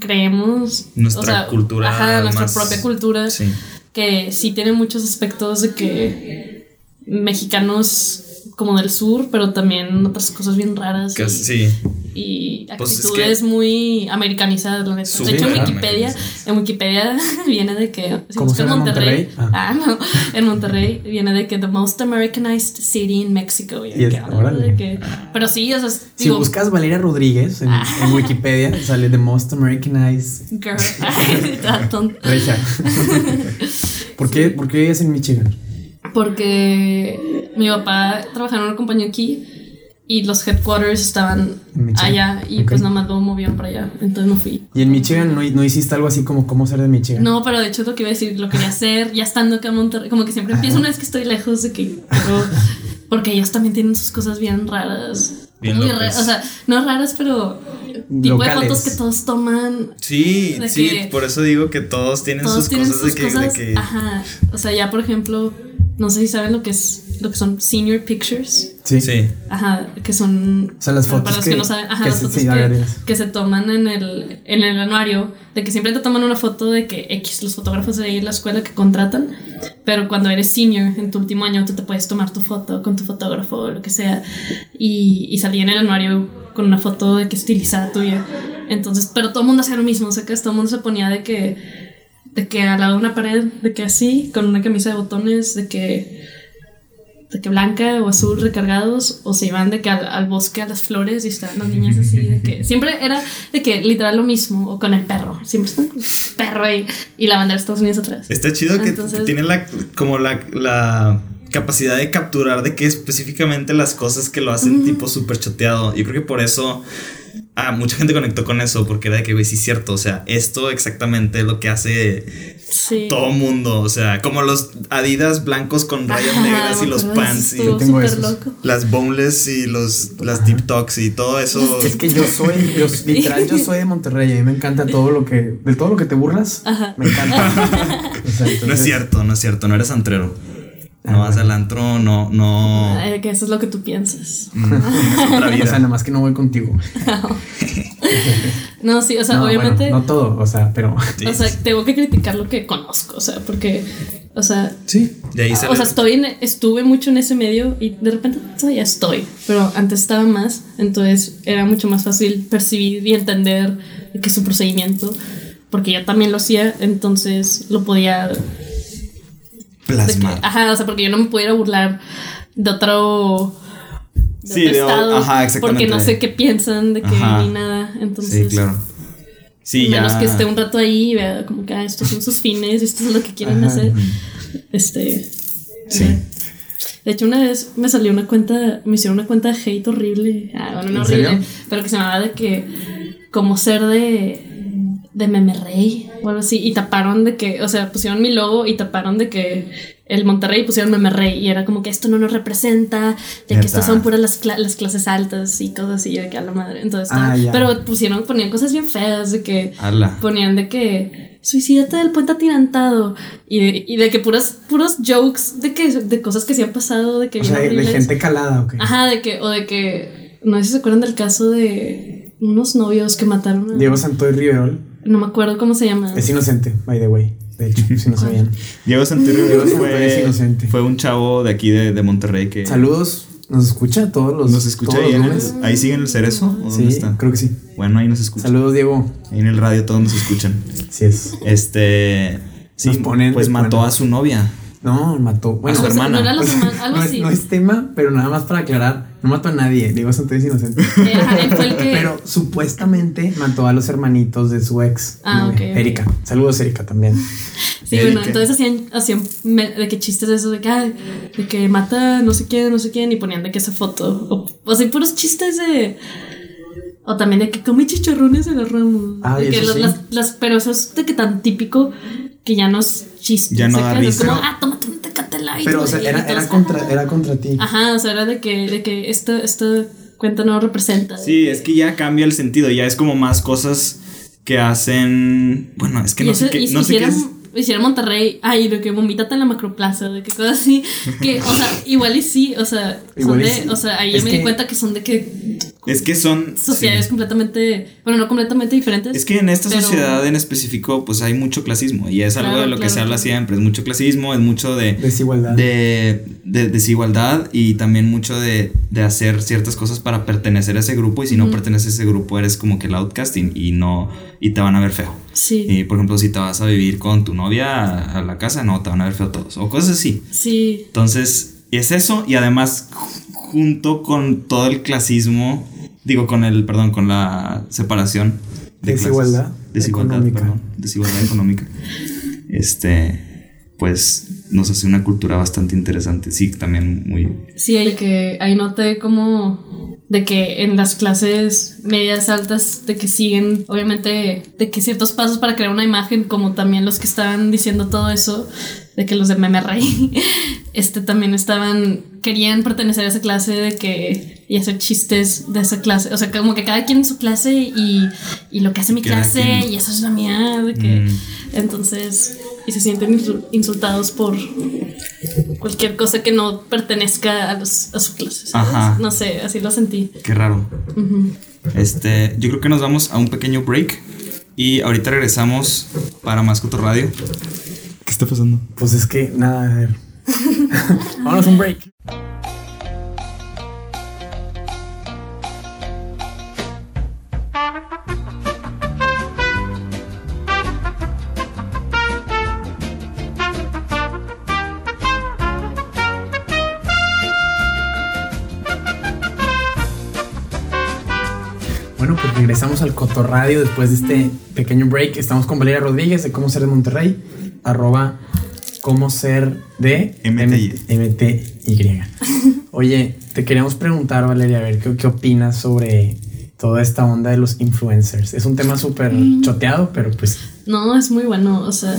Speaker 3: creemos.
Speaker 1: Nuestra
Speaker 3: o sea,
Speaker 1: cultura
Speaker 3: Ajá, nuestra
Speaker 1: más-
Speaker 3: propia cultura.
Speaker 1: Sí.
Speaker 3: Que sí tiene muchos aspectos de que mexicanos como del sur, pero también otras cosas bien raras.
Speaker 1: Que-
Speaker 3: y-
Speaker 1: sí.
Speaker 3: y
Speaker 1: Pues es
Speaker 3: actitudes
Speaker 1: que-
Speaker 3: muy americanizadas, la neta. De
Speaker 1: Súper
Speaker 3: hecho, en Wikipedia,
Speaker 1: americanizadas.
Speaker 3: en Wikipedia viene de que. Si
Speaker 2: ¿Cómo
Speaker 3: buscas
Speaker 2: suena
Speaker 3: Monterrey.
Speaker 2: Monterrey?
Speaker 3: Ah. no. En Monterrey viene de que the most Americanized city in Mexico. Y
Speaker 2: Y es-
Speaker 3: que, ah,
Speaker 2: órale.
Speaker 3: de que- pero sí, o sea,
Speaker 2: Si
Speaker 3: digo,
Speaker 2: buscas Valeria Rodríguez en,
Speaker 3: Ah.
Speaker 2: en Wikipedia, sale The Most Americanized
Speaker 3: girl. Ay, está tonta.
Speaker 2: Regia. ¿Por, qué, ¿Por qué vives en Michigan?
Speaker 3: Porque mi papá trabajaba en una compañía aquí y los headquarters estaban
Speaker 2: En Michigan.
Speaker 3: allá y
Speaker 2: Ok.
Speaker 3: pues nada más lo movieron para allá. Entonces me fui.
Speaker 2: Y en Michigan no, no hiciste algo así como cómo ser de Michigan.
Speaker 3: No, pero de hecho es lo que iba a decir, lo quería hacer, ya estando acá en Monterrey, como que siempre empiezo una vez que estoy lejos de que pero- porque ellos también tienen sus cosas bien raras.
Speaker 1: Bien
Speaker 3: Muy
Speaker 1: locas.
Speaker 3: raras, o sea, no raras, pero tipo de
Speaker 2: Locales.
Speaker 3: fotos que todos toman.
Speaker 1: Sí,
Speaker 3: De
Speaker 1: sí,
Speaker 3: que-
Speaker 1: por eso digo que todos tienen
Speaker 3: Todos
Speaker 1: sus
Speaker 3: tienen
Speaker 1: cosas
Speaker 3: sus
Speaker 1: de que, de
Speaker 3: cosas.
Speaker 1: que-
Speaker 3: Ajá. O sea, ya por ejemplo, no sé si saben lo que es lo que son senior pictures.
Speaker 2: Sí.
Speaker 1: Sí.
Speaker 3: Ajá, que son.
Speaker 2: O sea, las
Speaker 3: para-
Speaker 2: fotos
Speaker 3: Para los que,
Speaker 2: que-
Speaker 3: no saben, ajá,
Speaker 2: que
Speaker 3: las
Speaker 2: se-
Speaker 3: fotos
Speaker 2: sí, a ver,
Speaker 3: que,
Speaker 2: diles.
Speaker 3: que se toman en el, en el anuario, de que siempre te toman una foto de que X, los fotógrafos de ahí en la escuela que contratan, pero cuando eres senior en tu último año, tú te puedes tomar tu foto con tu fotógrafo o lo que sea, y, y salí en el anuario con una foto de que estilizada tuya. Entonces, pero todo el mundo hacía lo mismo, o sea, que todo el mundo se ponía de que. De que al lado de una pared, de que así, con una camisa de botones, de que de que blanca o azul recargados o se iban de que al, al bosque a las flores y estaban las niñas así de que siempre era de que literal lo mismo o con el perro siempre está el perro ahí y la bandera de Estados Unidos atrás
Speaker 1: Está chido que,
Speaker 3: Entonces-
Speaker 1: que tiene la como la, la capacidad de capturar de que específicamente las cosas que lo hacen tipo súper choteado. Y creo que por eso ah, mucha gente conectó con eso, porque era de que, güey, sí es cierto. O sea, esto exactamente es lo que hace
Speaker 3: sí
Speaker 1: todo mundo. O sea, como los Adidas blancos con rayas
Speaker 3: Ajá,
Speaker 1: negras y
Speaker 3: me
Speaker 1: los
Speaker 3: acuerdo de
Speaker 1: pants
Speaker 3: eso,
Speaker 1: y
Speaker 3: estuvo
Speaker 2: Yo tengo
Speaker 3: súper
Speaker 2: esos.
Speaker 3: loco.
Speaker 1: las boneless y los las deep talks y todo eso.
Speaker 2: Es que yo soy, yo, literal, yo soy de Monterrey. A mí me encanta todo lo que, de todo lo que te burlas,
Speaker 3: Ajá.
Speaker 2: me encanta. O sea, entonces-
Speaker 1: No es cierto, no es cierto, no eres antrero.
Speaker 2: Ah,
Speaker 1: No vas al antro, no, no.
Speaker 3: Ay, Eh, que eso es lo que tú piensas
Speaker 1: Tienes otra
Speaker 2: O sea,
Speaker 1: vida.
Speaker 2: nada más que no voy contigo.
Speaker 3: no sí o sea
Speaker 2: no,
Speaker 3: obviamente
Speaker 2: bueno, no todo, o sea, pero.
Speaker 1: Sí.
Speaker 3: o sea tengo que criticar lo que conozco o sea porque o sea
Speaker 2: Sí.
Speaker 1: De ahí sale-
Speaker 3: O sea, estoy en- estuve mucho en ese medio y de repente todavía estoy, pero antes estaba más, entonces era mucho más fácil percibir y entender que es un procedimiento, porque yo también lo hacía, entonces lo podía... de que-
Speaker 1: plasmar.
Speaker 3: ah, ajá, o sea, porque yo no me pudiera burlar de otro... de
Speaker 1: Sí, de-
Speaker 3: otro estado.
Speaker 1: ajá, exactamente.
Speaker 3: Porque no sé qué piensan de que
Speaker 1: Ajá.
Speaker 3: ni nada. Entonces,
Speaker 1: Sí, claro. Sí,
Speaker 3: a menos
Speaker 1: ya.
Speaker 3: que esté un rato ahí y vea como que ah, estos son sus fines, esto es lo que quieren
Speaker 2: Ajá.
Speaker 3: hacer. Este.
Speaker 1: Sí.
Speaker 3: De hecho, una vez me salió una cuenta, me hicieron una cuenta de hate horrible. Ah, bueno, no
Speaker 2: ¿En
Speaker 3: horrible,
Speaker 2: serio?
Speaker 3: pero que se llamaba de que como ser de de meme rey o algo así y taparon de que, o sea, pusieron mi logo y taparon de que el Monterrey pusieron meme rey y era como que esto no nos representa, de que
Speaker 1: Neta.
Speaker 3: estas son puras las, cla- las clases altas y cosas así, yo de que a la madre. Entonces,
Speaker 2: Ah,
Speaker 3: todo-
Speaker 2: ya.
Speaker 3: pero pusieron ponían cosas bien feas de que
Speaker 1: Ala.
Speaker 3: ponían de que suicídate del puente atirantado y de, y de que puras puros jokes de que de cosas que se han pasado de que
Speaker 2: O sea,
Speaker 3: bien
Speaker 2: de, de
Speaker 3: horribles.
Speaker 2: gente calada, ok.
Speaker 3: ajá de que o de que no sé si se acuerdan del caso de unos novios que mataron a,
Speaker 2: Diego Santoy Riverol
Speaker 3: no me acuerdo cómo se llaman
Speaker 2: es inocente, by the way. De hecho, si no sabían.
Speaker 1: Diego Santurrio
Speaker 2: Diego Santurrio es
Speaker 1: fue,
Speaker 2: Mm, inocente.
Speaker 1: fue un chavo de aquí de, de Monterrey que
Speaker 2: Saludos, nos escucha todos los.
Speaker 1: nos escucha
Speaker 2: todos
Speaker 1: ahí.
Speaker 2: los
Speaker 1: En
Speaker 2: lunes.
Speaker 1: el, ahí sigue en el cerezo. ¿o dónde
Speaker 2: Sí,
Speaker 1: está?
Speaker 2: creo que sí.
Speaker 1: Bueno, ahí nos escuchan.
Speaker 2: Saludos, Diego.
Speaker 1: Ahí en el radio todos nos escuchan.
Speaker 2: Sí es.
Speaker 1: Este. Sí,
Speaker 2: Nos ponen
Speaker 1: pues
Speaker 2: de
Speaker 1: mató
Speaker 2: acuerdo.
Speaker 1: a su novia.
Speaker 2: No, mató. Bueno,
Speaker 1: su
Speaker 3: O sea,
Speaker 1: hermana.
Speaker 3: no era la hermana, algo
Speaker 2: no, es,
Speaker 3: así
Speaker 2: no es tema, pero nada más para aclarar, no mató a nadie. Diego Santoy es inocente.
Speaker 3: Eh, ajá, él fue el que
Speaker 2: Pero supuestamente mató a los hermanitos de su ex.
Speaker 3: Ah,
Speaker 2: novia,
Speaker 3: ok, ok.
Speaker 2: Erika. Saludos, Erika, también.
Speaker 3: Sí,
Speaker 1: Eh,
Speaker 3: bueno,
Speaker 1: ¿qué?
Speaker 3: entonces hacían, hacían me- de que chistes de esos de que, "Ay, de que mata no sé quién, no sé quién, y ponían de que esa foto. O, o sea, puros chistes de. O también de que come chicharrones en los ramos.
Speaker 2: Ah,
Speaker 3: de
Speaker 2: y
Speaker 3: que
Speaker 2: eso
Speaker 3: los-
Speaker 2: sí.
Speaker 3: las, las- pero eso es de que tan típico que ya no es chiste.
Speaker 1: Ya no da
Speaker 3: ¿sacas? Es
Speaker 1: risa.
Speaker 3: como, ah, tómate un tecate light.
Speaker 2: Pero, o sea,
Speaker 3: güey", y
Speaker 2: era,
Speaker 3: todos,
Speaker 2: era, contra,
Speaker 3: "Ah".
Speaker 2: era contra ti.
Speaker 3: Ajá, o sea, era de que, de que esto, esto cuenta no representa.
Speaker 1: Sí, es que ya cambia el sentido. Ya es como más cosas que hacen. Bueno, es que
Speaker 3: y
Speaker 1: no
Speaker 3: eso,
Speaker 1: sé qué.
Speaker 3: y si
Speaker 1: No sé qué
Speaker 3: hicieran,
Speaker 1: es.
Speaker 3: hicieran Monterrey, ay, de que vomítate en la macroplaza, de que cosas así, que, o sea, igual y sí, o sea, son
Speaker 2: Igual y
Speaker 3: de-
Speaker 2: sí.
Speaker 3: o sea, ahí ya
Speaker 2: Es
Speaker 3: me di
Speaker 2: que-
Speaker 3: cuenta que son de que
Speaker 1: Es que son.
Speaker 3: sociedades
Speaker 1: sí.
Speaker 3: completamente, bueno, no completamente diferentes.
Speaker 1: Es que en esta
Speaker 3: pero-
Speaker 1: sociedad en específico, pues hay mucho clasismo. Y es algo
Speaker 3: Claro,
Speaker 1: de lo que
Speaker 3: claro,
Speaker 1: se habla
Speaker 3: claro.
Speaker 1: siempre. Es mucho clasismo, es mucho de.
Speaker 2: Desigualdad.
Speaker 1: de, de desigualdad y también mucho de, de hacer ciertas cosas para pertenecer a ese grupo y si no
Speaker 3: Ujú.
Speaker 1: perteneces a ese grupo eres como que el outcasting y no y te van a ver feo.
Speaker 3: Sí,
Speaker 1: Y por ejemplo, si te vas a vivir con tu novia a, a la casa, no, te van a ver feo todos o cosas así.
Speaker 3: sí,
Speaker 1: Entonces, es eso y además ju- junto con todo el clasismo, digo con el, perdón, con la separación de clases.
Speaker 2: Desigualdad
Speaker 1: desigualdad,
Speaker 2: económica.
Speaker 1: perdón, desigualdad económica. Este, pues nos hace una cultura bastante interesante, sí, también muy
Speaker 3: sí, hay que, ahí noté como de que en las clases medias altas, de que siguen, obviamente, de que ciertos pasos para crear una imagen, como también los que estaban diciendo todo eso, de que los de Meme Rey, este también estaban, querían pertenecer a esa clase de que, y hacer chistes de esa clase, o sea, como que cada quien en su clase y, y lo que hace mi
Speaker 1: Cada
Speaker 3: clase
Speaker 1: quien.
Speaker 3: y eso es la mía, de que,
Speaker 1: Mm.
Speaker 3: entonces, y se sienten insu- insultados por cualquier cosa que no pertenezca a, los, a su clase, ¿sabes?
Speaker 1: Ajá.
Speaker 3: no sé, así lo sentí.
Speaker 1: qué raro.
Speaker 3: Ujú.
Speaker 1: Este, yo creo que nos vamos a un pequeño break y ahorita regresamos para más Cotorradio. ¿Qué está pasando?
Speaker 2: Pues es que, nada, a ver. Vámonos a un break. Bueno, pues regresamos al Cotorradio después de este pequeño break. Estamos con Valeria Rodríguez de Cómo Ser de Monterrey, arroba Cómo Ser de
Speaker 1: MTY.
Speaker 2: MTY. Oye, te queríamos preguntar, Valeria, a ver qué, qué opinas sobre toda esta onda de los influencers. Es un tema súper choteado, pero pues
Speaker 3: No, es muy bueno, o sea,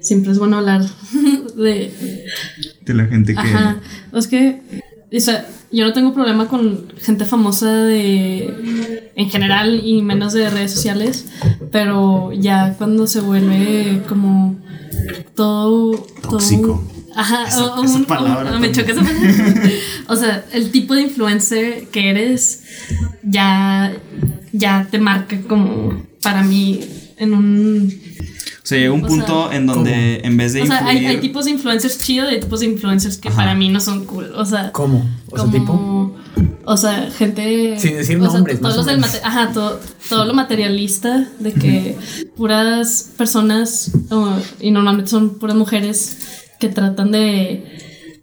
Speaker 3: siempre es bueno hablar de...
Speaker 1: De la gente que
Speaker 3: Ajá, es que, o sea, yo no tengo problema con gente famosa de... en general y menos de redes sociales, pero ya cuando se vuelve como todo... todo-
Speaker 1: Tóxico.
Speaker 3: Ajá,
Speaker 1: Esa-
Speaker 3: o- o
Speaker 1: esa
Speaker 3: un-
Speaker 1: palabra
Speaker 3: o- me choca esa palabra. o sea, el tipo de influencer que eres ya, ya te marca como para mí en un
Speaker 1: o sea, llega un
Speaker 3: O
Speaker 1: punto en donde en vez de
Speaker 3: o sea, hay,
Speaker 1: influir-
Speaker 3: hay tipos de influencers chidos y hay tipos de influencers que
Speaker 1: Ajá.
Speaker 3: para mí no son cool. O sea,
Speaker 2: ¿cómo? O sea,
Speaker 3: como-
Speaker 2: tipo,
Speaker 3: O sea, gente.
Speaker 2: Sin decir
Speaker 3: o sea,
Speaker 2: nombres,
Speaker 3: todos
Speaker 2: más o
Speaker 3: los del
Speaker 2: menos.
Speaker 3: mate- Ajá, todo, todo lo materialista de que puras personas, o- y normalmente son puras mujeres, que tratan de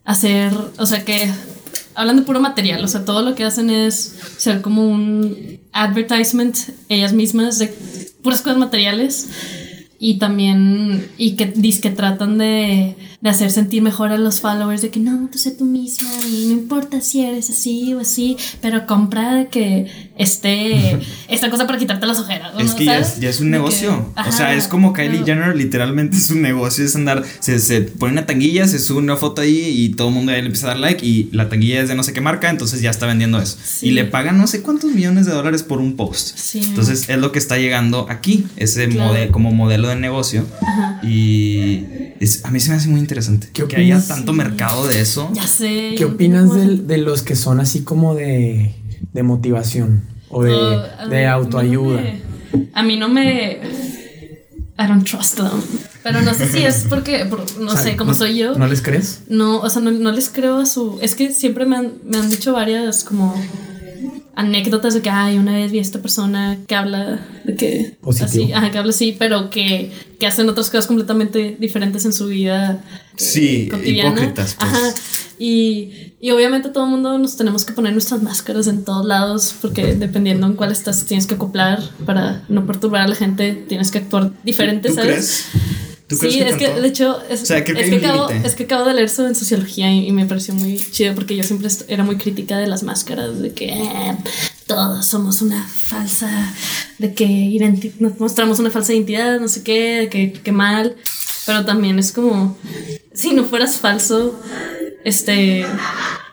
Speaker 3: hacer. O sea, que. hablan de puro material, o sea, todo lo que hacen es ser como un advertisement ellas mismas de puras cosas materiales y también y que que tratan de, de hacer sentir mejor a los followers de que no, tú sé tú misma y no importa si eres así o así, pero compra de que esté esta cosa para quitarte las ojeras. ¿no?
Speaker 1: Es que ya es, ya es un
Speaker 3: De que-
Speaker 1: negocio.
Speaker 3: ajá,
Speaker 1: o sea, es como Kylie
Speaker 3: claro.
Speaker 1: Jenner, literalmente es un negocio. Es andar, se, se pone una tanguilla, se sube una foto ahí y todo el mundo ahí le empieza a dar like. Y la tanguilla es de no sé qué marca, entonces ya está vendiendo eso.
Speaker 3: Sí.
Speaker 1: Y le pagan no sé cuántos millones de dólares por un post.
Speaker 3: Sí.
Speaker 1: Entonces es lo que está llegando aquí, ese
Speaker 3: Claro.
Speaker 1: mode- como modelo de negocio.
Speaker 3: Ajá.
Speaker 1: Y es- a mí se me hace muy interesante
Speaker 2: ¿Qué
Speaker 1: que haya
Speaker 2: opinas?
Speaker 1: tanto mercado de eso.
Speaker 3: Ya sé.
Speaker 2: ¿Qué
Speaker 3: yo no
Speaker 2: opinas
Speaker 3: tengo-
Speaker 2: del- de, los que son así como de, de motivación o de,
Speaker 3: Oh, a
Speaker 2: de
Speaker 3: mí-
Speaker 2: autoayuda?
Speaker 3: no me- A mí no me. I don't trust them. Pero no sé si es porque. por- no
Speaker 2: O sea,
Speaker 3: sé, como soy yo.
Speaker 2: ¿No les crees?
Speaker 3: No, o sea, no, no les creo a su. Es que siempre me han, me han dicho varias como anécdotas de que, ay, una vez vi a esta persona que habla de que.
Speaker 2: Positivo.
Speaker 3: Así, ajá, que habla así, pero que, que hacen otras cosas completamente diferentes en su vida. eh,
Speaker 1: Sí,
Speaker 3: cotidiana.
Speaker 1: hipócritas, pues.
Speaker 3: Ajá. Y, y obviamente todo el mundo nos tenemos que poner nuestras máscaras en todos lados, porque dependiendo en cuál estás, tienes que acoplar para no perturbar a la gente, tienes que actuar diferente,
Speaker 1: ¿Tú
Speaker 3: ¿sabes?
Speaker 1: crees? ¿Tú crees
Speaker 3: sí,
Speaker 1: que
Speaker 3: es que
Speaker 1: tanto?
Speaker 3: de hecho es,
Speaker 1: O sea, creo que
Speaker 3: es
Speaker 1: hay un
Speaker 3: acabo,
Speaker 1: límite.
Speaker 3: es que acabo de leer eso en sociología y, y me pareció muy chido porque yo siempre est- era muy crítica de las máscaras, de que eh, todos somos una falsa, de que identi- nos mostramos una falsa identidad, no sé qué, de que, que mal, pero también es como, si no fueras falso, este,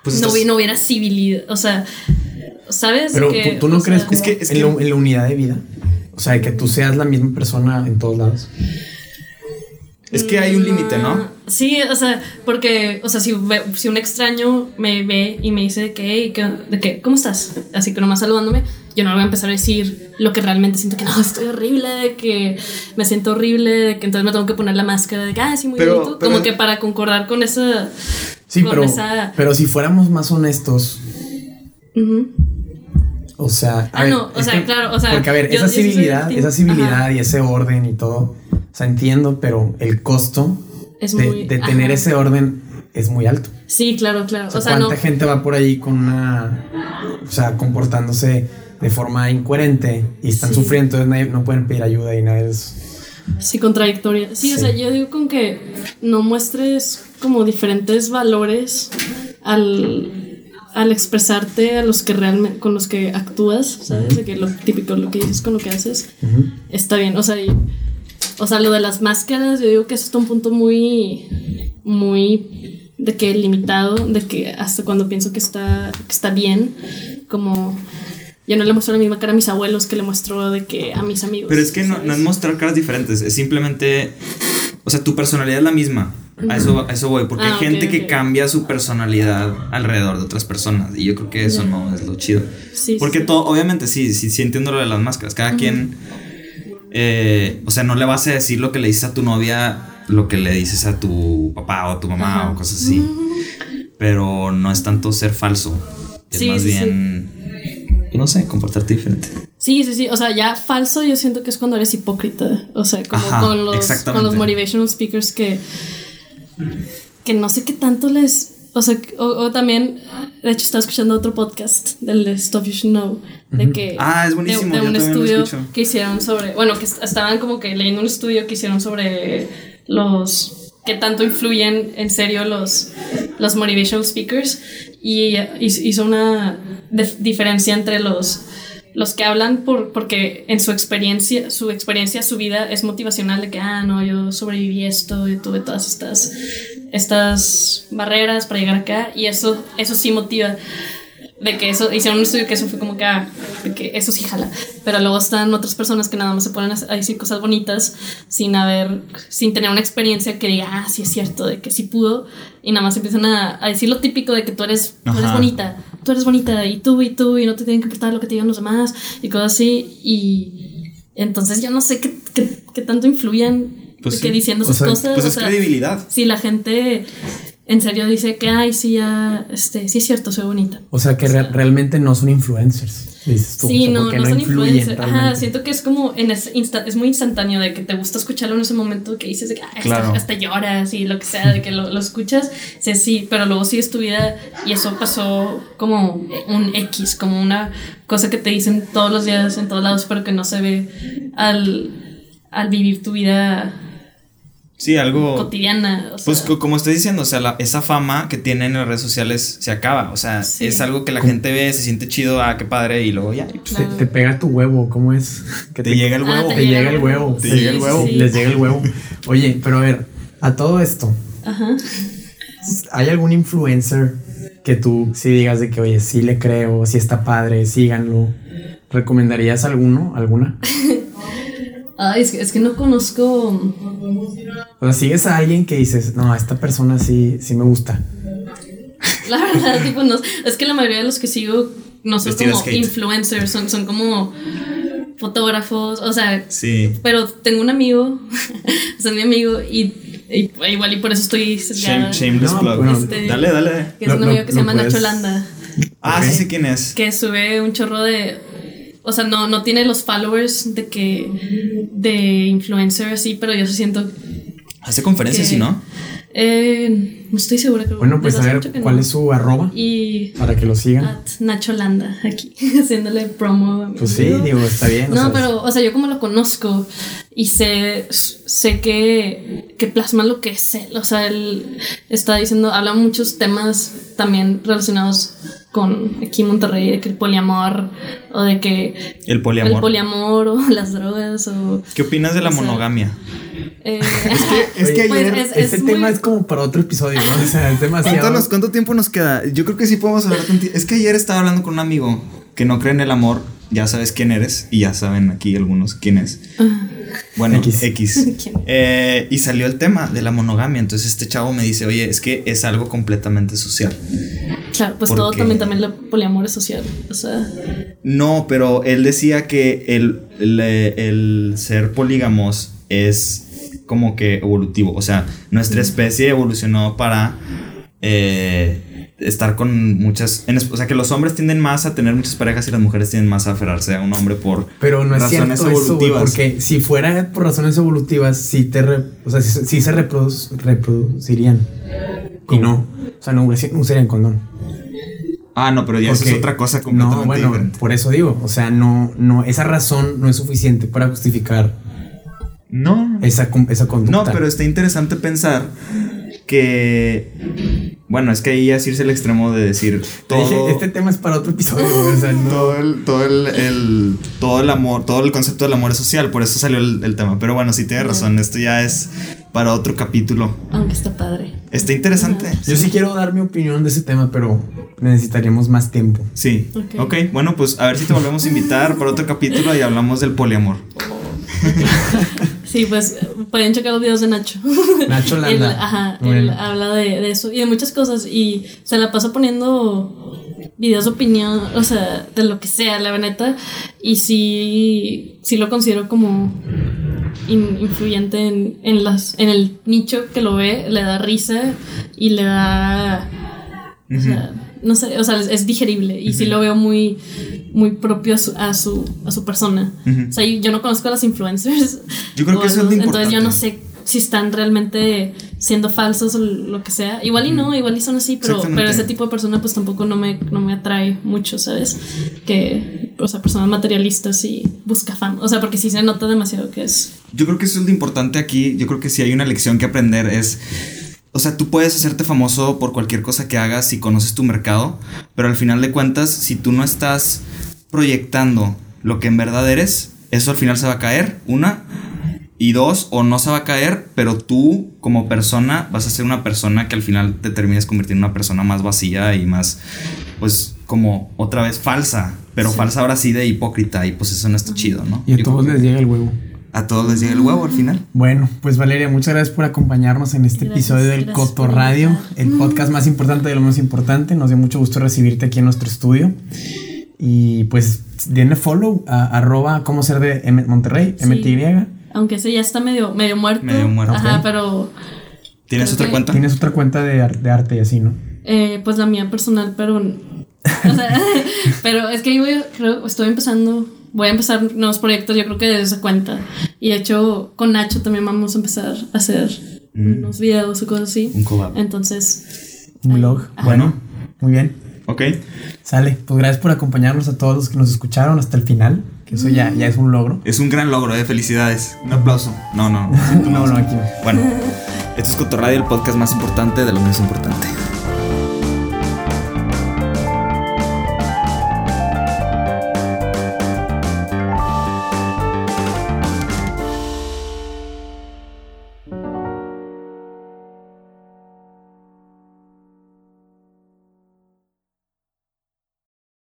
Speaker 1: Pues
Speaker 3: no,
Speaker 1: estás-
Speaker 3: hubi- no hubiera civilidad, o sea, ¿sabes?
Speaker 2: Pero
Speaker 3: Que,
Speaker 2: tú, tú no
Speaker 3: o
Speaker 2: crees
Speaker 3: sea,
Speaker 2: como
Speaker 1: Es que- es
Speaker 2: en,
Speaker 1: que-
Speaker 2: lo- en la unidad de vida. O sea, de que tú seas la misma persona en todos lados.
Speaker 1: Es que hay un límite, ¿no?
Speaker 3: Mm, Sí, o sea, porque, o sea, si, ve- si un extraño me ve y me dice de que, "Hey, ¿qué- de que, ¿cómo estás? Así que nomás saludándome, yo no le voy a empezar a decir lo que realmente siento, que no, estoy horrible, de que me siento horrible, de que entonces me tengo que poner la máscara de que, ah, sí, muy
Speaker 1: Pero-
Speaker 3: bonito,
Speaker 1: pero-
Speaker 3: como que para concordar con esa...
Speaker 2: Sí,
Speaker 3: con
Speaker 2: pero,
Speaker 3: esa-
Speaker 2: pero si fuéramos más honestos,
Speaker 3: Ujú.
Speaker 2: o sea...
Speaker 3: Ah, no, o
Speaker 2: es
Speaker 3: sea, claro, o sea,
Speaker 2: Porque, a ver,
Speaker 3: yo-
Speaker 2: esa
Speaker 3: yo sí soy
Speaker 2: civilidad,
Speaker 3: team-
Speaker 2: esa civilidad
Speaker 3: ajá.
Speaker 2: y ese orden y todo, o sea, entiendo, pero el costo
Speaker 3: Es
Speaker 2: de,
Speaker 3: muy-
Speaker 2: de tener
Speaker 3: ajá.
Speaker 2: ese orden es muy alto.
Speaker 3: Sí, claro, claro.
Speaker 2: O sea, ¿cuánta gente va por ahí con una... O sea, comportándose de forma incoherente y están
Speaker 3: Sí.
Speaker 2: sufriendo, entonces nadie- no pueden pedir ayuda y nada es...
Speaker 3: Sí, contradictoria. Sí, o
Speaker 2: Sí.
Speaker 3: sea, yo digo con que no muestres como diferentes valores al, al expresarte a los que realmente con los que actúas, ¿sabes? De que lo típico, lo que dices con lo que haces,
Speaker 2: Ujú.
Speaker 3: está bien. O sea, y- o sea, lo de las máscaras, yo digo que eso está un punto muy, muy de que limitado, de que hasta cuando pienso que está, que está bien, como yo no le muestro la misma cara a mis abuelos que le muestro de que a mis amigos.
Speaker 1: Pero es que no, no es
Speaker 3: ¿sabes?
Speaker 1: mostrar caras diferentes, es simplemente. O sea, tu personalidad es la misma. A eso, a eso voy, porque
Speaker 3: Ah,
Speaker 1: hay gente
Speaker 3: ok, ok.
Speaker 1: que cambia su personalidad alrededor de otras personas. Y yo creo que eso
Speaker 3: Ya.
Speaker 1: no es lo chido.
Speaker 3: Sí,
Speaker 1: porque
Speaker 3: sí.
Speaker 1: todo, obviamente, sí, sí, sí entiendo lo de las máscaras. Cada quien. eh, o sea, no le vas a decir lo que le dices a tu novia, lo que le dices a tu papá o a tu mamá
Speaker 3: Ajá.
Speaker 1: o cosas así. Pero no es tanto ser falso. Es
Speaker 3: Sí,
Speaker 1: más
Speaker 3: sí, sí.
Speaker 1: bien. No sé, comportarte diferente.
Speaker 3: Sí, sí, sí. O sea, ya falso yo siento que es cuando eres hipócrita. O sea, como
Speaker 1: Ajá,
Speaker 3: con, los,
Speaker 1: exactamente.
Speaker 3: con los motivational speakers que. que no sé qué tanto les. O sea, o, o también. De hecho, estaba escuchando otro podcast del de Stuff You Should Know. De que.
Speaker 1: Ah, es buenísimo,
Speaker 3: De, de
Speaker 1: yo
Speaker 3: un
Speaker 1: también lo
Speaker 3: estudio
Speaker 1: escucho.
Speaker 3: que hicieron sobre. Bueno, que est- estaban como que leyendo un estudio que hicieron sobre los. que tanto influyen en serio los, los motivational speakers. Y eh, hiz- hizo una dif- diferencia entre los. Los que hablan por, porque en su experiencia, su experiencia, su vida es motivacional de que, ah, no, yo sobreviví esto, yo tuve todas estas, estas barreras para llegar acá y eso, eso sí motiva de que eso hicieron un estudio que eso fue como que, ah, de que eso sí jala pero luego están otras personas que nada más se ponen a a decir cosas bonitas sin haber sin tener una experiencia que diga ah sí es cierto de que sí pudo y nada más empiezan a, a decir lo típico de que tú eres tú eres
Speaker 1: Ajá.
Speaker 3: bonita tú eres bonita y tú y tú y no te tienen que importar lo que te digan los demás y cosas así y entonces yo no sé qué, qué- qué tanto influyen
Speaker 1: Pues
Speaker 3: de que
Speaker 1: sí.
Speaker 3: diciendo
Speaker 2: O
Speaker 3: esas
Speaker 2: sea,
Speaker 3: cosas
Speaker 1: Pues
Speaker 3: o
Speaker 1: es
Speaker 3: sea,
Speaker 1: credibilidad.
Speaker 3: si la gente en serio dice que ay sí ya este sí es cierto soy bonita
Speaker 2: O sea, que re- realmente no son influencers. Dices tú, o
Speaker 3: Sí,
Speaker 2: sea,
Speaker 3: no,
Speaker 2: porque
Speaker 3: no son
Speaker 2: influyen
Speaker 3: influencers. Ajá,
Speaker 2: realmente.
Speaker 3: siento que es como en ese insta- es muy instantáneo de que te gusta escucharlo en ese momento que dices de que "Ah, hasta,
Speaker 1: Claro.
Speaker 3: hasta lloras y lo que sea, de que lo, lo escuchas. Sí, sí, pero luego sí es tu vida y eso pasó como un X, como una cosa que te dicen todos los días en todos lados, pero que no se ve al, al vivir tu vida
Speaker 1: Sí, algo.
Speaker 3: cotidiana.
Speaker 1: Oh.
Speaker 3: o
Speaker 1: Pues
Speaker 3: sea.
Speaker 1: co- como estoy diciendo, o sea, la- esa fama que tienen en las redes sociales se acaba. O sea,
Speaker 3: Sí.
Speaker 1: es algo que la gente ve, se siente chido, ah, qué padre, y luego ya.
Speaker 2: Te, te pega tu huevo, ¿cómo es? Que
Speaker 1: Te llega el
Speaker 3: Ah,
Speaker 1: huevo.
Speaker 2: Te llega el huevo.
Speaker 1: Te llega el huevo.
Speaker 3: sí.
Speaker 2: Les llega el huevo. Oye, pero a ver, a todo esto,
Speaker 3: Ajá.
Speaker 2: ¿hay algún influencer que tú sí digas de que, oye, sí le creo, sí está padre, síganlo? ¿Recomendarías alguno, alguna?
Speaker 3: Ay, es que, es que no conozco.
Speaker 2: O sea, sigues a alguien que dices, no, a esta persona sí, sí me gusta.
Speaker 3: La verdad, tipo, no. Es que la mayoría de los que sigo no son
Speaker 1: Vestidas
Speaker 3: como
Speaker 1: Kate.
Speaker 3: influencers, son, son como fotógrafos, o sea,
Speaker 1: Sí.
Speaker 3: pero tengo un amigo, o sea, mi amigo, y, y pues, igual y por eso estoy
Speaker 1: Shame-
Speaker 3: sesgada,
Speaker 1: shameless
Speaker 2: No,
Speaker 1: plug.
Speaker 2: bueno.
Speaker 3: Este-
Speaker 1: Dale, dale.
Speaker 3: que es
Speaker 2: Lo-
Speaker 3: un
Speaker 2: lo-
Speaker 3: amigo que se
Speaker 2: lo
Speaker 3: llama Nacho
Speaker 2: puedes-
Speaker 3: Landa,
Speaker 1: Ah,
Speaker 2: Ok.
Speaker 1: sí sé quién es.
Speaker 3: que sube un chorro de... O sea, no, no tiene los followers de que... de influencer así, pero yo sí siento...
Speaker 1: Hace conferencias,
Speaker 3: Que-
Speaker 1: ¿y no?
Speaker 3: Eh, no estoy segura. creo-
Speaker 2: Bueno, pues a
Speaker 3: desde hace
Speaker 2: ver,
Speaker 3: mucho que no.
Speaker 2: ¿cuál es su arroba?
Speaker 3: Y...
Speaker 2: Para que lo sigan.
Speaker 3: at Nacho Landa, aquí, haciéndole promo a mi
Speaker 2: Pues sí,
Speaker 3: amigo.
Speaker 2: digo, está bien. o
Speaker 3: No,
Speaker 2: sea,
Speaker 3: pero, o sea, yo como lo conozco y sé, sé que, que plasma lo que es él. O sea, él está diciendo, habla muchos temas también relacionados con aquí en Monterrey, de que el poliamor o de que
Speaker 1: El poliamor.
Speaker 3: el poliamor o las drogas o...
Speaker 1: ¿Qué opinas de la
Speaker 3: O sea,
Speaker 1: monogamia?
Speaker 3: eh,
Speaker 2: Es que
Speaker 3: Pues
Speaker 2: ayer,
Speaker 3: es- es
Speaker 2: este
Speaker 3: muy-
Speaker 2: tema es como para otro episodio, ¿no? O sea, es demasiado.
Speaker 1: ¿Cuánto, nos- cuánto tiempo nos queda? Yo creo que sí podemos hablar tanti- Es que ayer estaba hablando con un amigo que no cree en el amor. Ya sabes quién eres y ya saben aquí algunos quién es. Bueno,
Speaker 2: X.
Speaker 1: X.
Speaker 3: ¿Quién?
Speaker 1: Eh, y salió el tema de la monogamia. Entonces este chavo me dice, oye, es que es algo completamente social.
Speaker 3: claro, pues
Speaker 1: ¿Por
Speaker 3: todo
Speaker 1: qué?
Speaker 3: también, también el poliamor es social. O sea,
Speaker 1: No, pero él decía que el, el, eh, el ser polígamos es como que evolutivo. O sea, nuestra especie evolucionó para eh, estar con muchas. en es- o sea, que los hombres tienden más a tener muchas parejas y las mujeres tienden más a aferrarse a un hombre por
Speaker 2: Pero no es cierto
Speaker 1: razones
Speaker 2: eso, güey,
Speaker 1: evolutivas.
Speaker 2: porque si fuera por razones evolutivas, sí te re- o sea, sí, sí se reprodu- reproducirían. Y no, o sea, no usi- no usarían condón.
Speaker 1: Ah, no, pero ya eso es
Speaker 2: Porque-
Speaker 1: otra cosa
Speaker 2: No,
Speaker 1: completamente
Speaker 2: bueno,
Speaker 1: diferente.
Speaker 2: por eso digo, o sea, no no esa razón no es suficiente para justificar
Speaker 1: No.
Speaker 2: esa com- esa conducta.
Speaker 1: No, pero está interesante pensar que. Bueno, es que ahí ya es irse al extremo de decir
Speaker 2: Te
Speaker 1: todo.
Speaker 2: dije, este tema es para otro episodio, güey, o sea, no.
Speaker 1: todo el, todo el, el- todo el amor, todo el concepto del amor es social, por eso salió el, el tema. Pero bueno, sí tienes razón, esto ya es para otro capítulo.
Speaker 3: aunque está padre.
Speaker 1: Está interesante.
Speaker 2: Yo sí quiero dar mi opinión de ese tema, pero necesitaríamos más tiempo.
Speaker 1: Sí.
Speaker 3: Ok.
Speaker 1: ok, bueno, pues a ver si te volvemos a invitar para otro capítulo y hablamos del poliamor.
Speaker 3: Sí, pues pueden checar los videos de Nacho.
Speaker 2: Nacho Landa.
Speaker 3: Él, ajá,
Speaker 2: Muy
Speaker 3: él
Speaker 2: bien.
Speaker 3: habla de, de eso y de muchas cosas y se la pasa poniendo videos de opinión, o sea, de lo que sea, la neta. Y sí, sí lo considero como in- influyente en, en, las, en el nicho que lo ve, le da risa y le da... O sea, no sé, o sea, es, es digerible y sí lo veo muy, muy propio a su, a su, a su persona.
Speaker 1: Ujú.
Speaker 3: O sea, yo no conozco a las influencers.
Speaker 1: Yo creo
Speaker 3: o
Speaker 1: que eso es lo
Speaker 3: algo, Entonces yo no sé
Speaker 1: importante.
Speaker 3: si están realmente siendo falsos o lo que sea. Igual y no, igual y son así, pero,
Speaker 1: Exactamente.
Speaker 3: pero ese tipo de persona pues tampoco no me, no me atrae mucho, ¿sabes? Que, o sea, personas materialistas y busca fama. O sea, porque sí se nota demasiado que es...
Speaker 1: Yo creo que eso es lo importante aquí. Yo creo que si hay una lección que aprender es. O sea, tú puedes hacerte famoso por cualquier cosa que hagas si conoces tu mercado, pero al final de cuentas, si tú no estás proyectando lo que en verdad eres, eso al final se va a caer, una. Y dos, o no se va a caer, pero tú como persona vas a ser una persona que al final te termines convirtiendo en una persona más vacía y más, pues, como otra vez falsa, pero falsa ahora sí de hipócrita y pues eso no está chido, ¿no?
Speaker 2: Y a
Speaker 1: Yo
Speaker 2: todos
Speaker 1: creo que
Speaker 2: les llega el huevo.
Speaker 1: a todos les llega el huevo al final.
Speaker 2: Bueno, pues Valeria, muchas gracias por acompañarnos en este
Speaker 3: Gracias,
Speaker 2: episodio del
Speaker 3: gracias por
Speaker 2: Cotorradio,
Speaker 3: invitar.
Speaker 2: el podcast más importante de lo menos importante. Nos dio mucho gusto recibirte aquí en nuestro estudio. Y pues denle follow a arroba cómo ser de M- Monterrey,
Speaker 3: Sí.
Speaker 2: MTY.
Speaker 3: Aunque ese ya está medio, medio muerto.
Speaker 1: Medio muerto.
Speaker 3: Ajá,
Speaker 2: Ok.
Speaker 3: pero...
Speaker 1: ¿Tienes
Speaker 3: Creo
Speaker 1: otra
Speaker 3: que-
Speaker 1: cuenta?
Speaker 2: Tienes otra cuenta de, ar- de arte y así, ¿no?
Speaker 3: eh, pues la mía personal, pero... O sea, pero es que yo voy- creo- estoy empezando, voy a empezar nuevos proyectos, yo creo que desde esa cuenta. Y de hecho, con Nacho también vamos a empezar a hacer unos videos o cosas así.
Speaker 1: Un collab.
Speaker 3: Entonces,
Speaker 2: Un blog.
Speaker 1: Bueno,
Speaker 2: Muy bien.
Speaker 1: ok.
Speaker 2: Sale. Pues gracias por acompañarnos a todos los que nos escucharon hasta el final. Que eso ya, ya es un logro.
Speaker 1: Es un gran logro, eh. Felicidades. Un aplauso. No, este no. no.
Speaker 2: No, no, aquí no.
Speaker 1: Bueno, esto es Cotorradio, el podcast más importante de lo menos importante.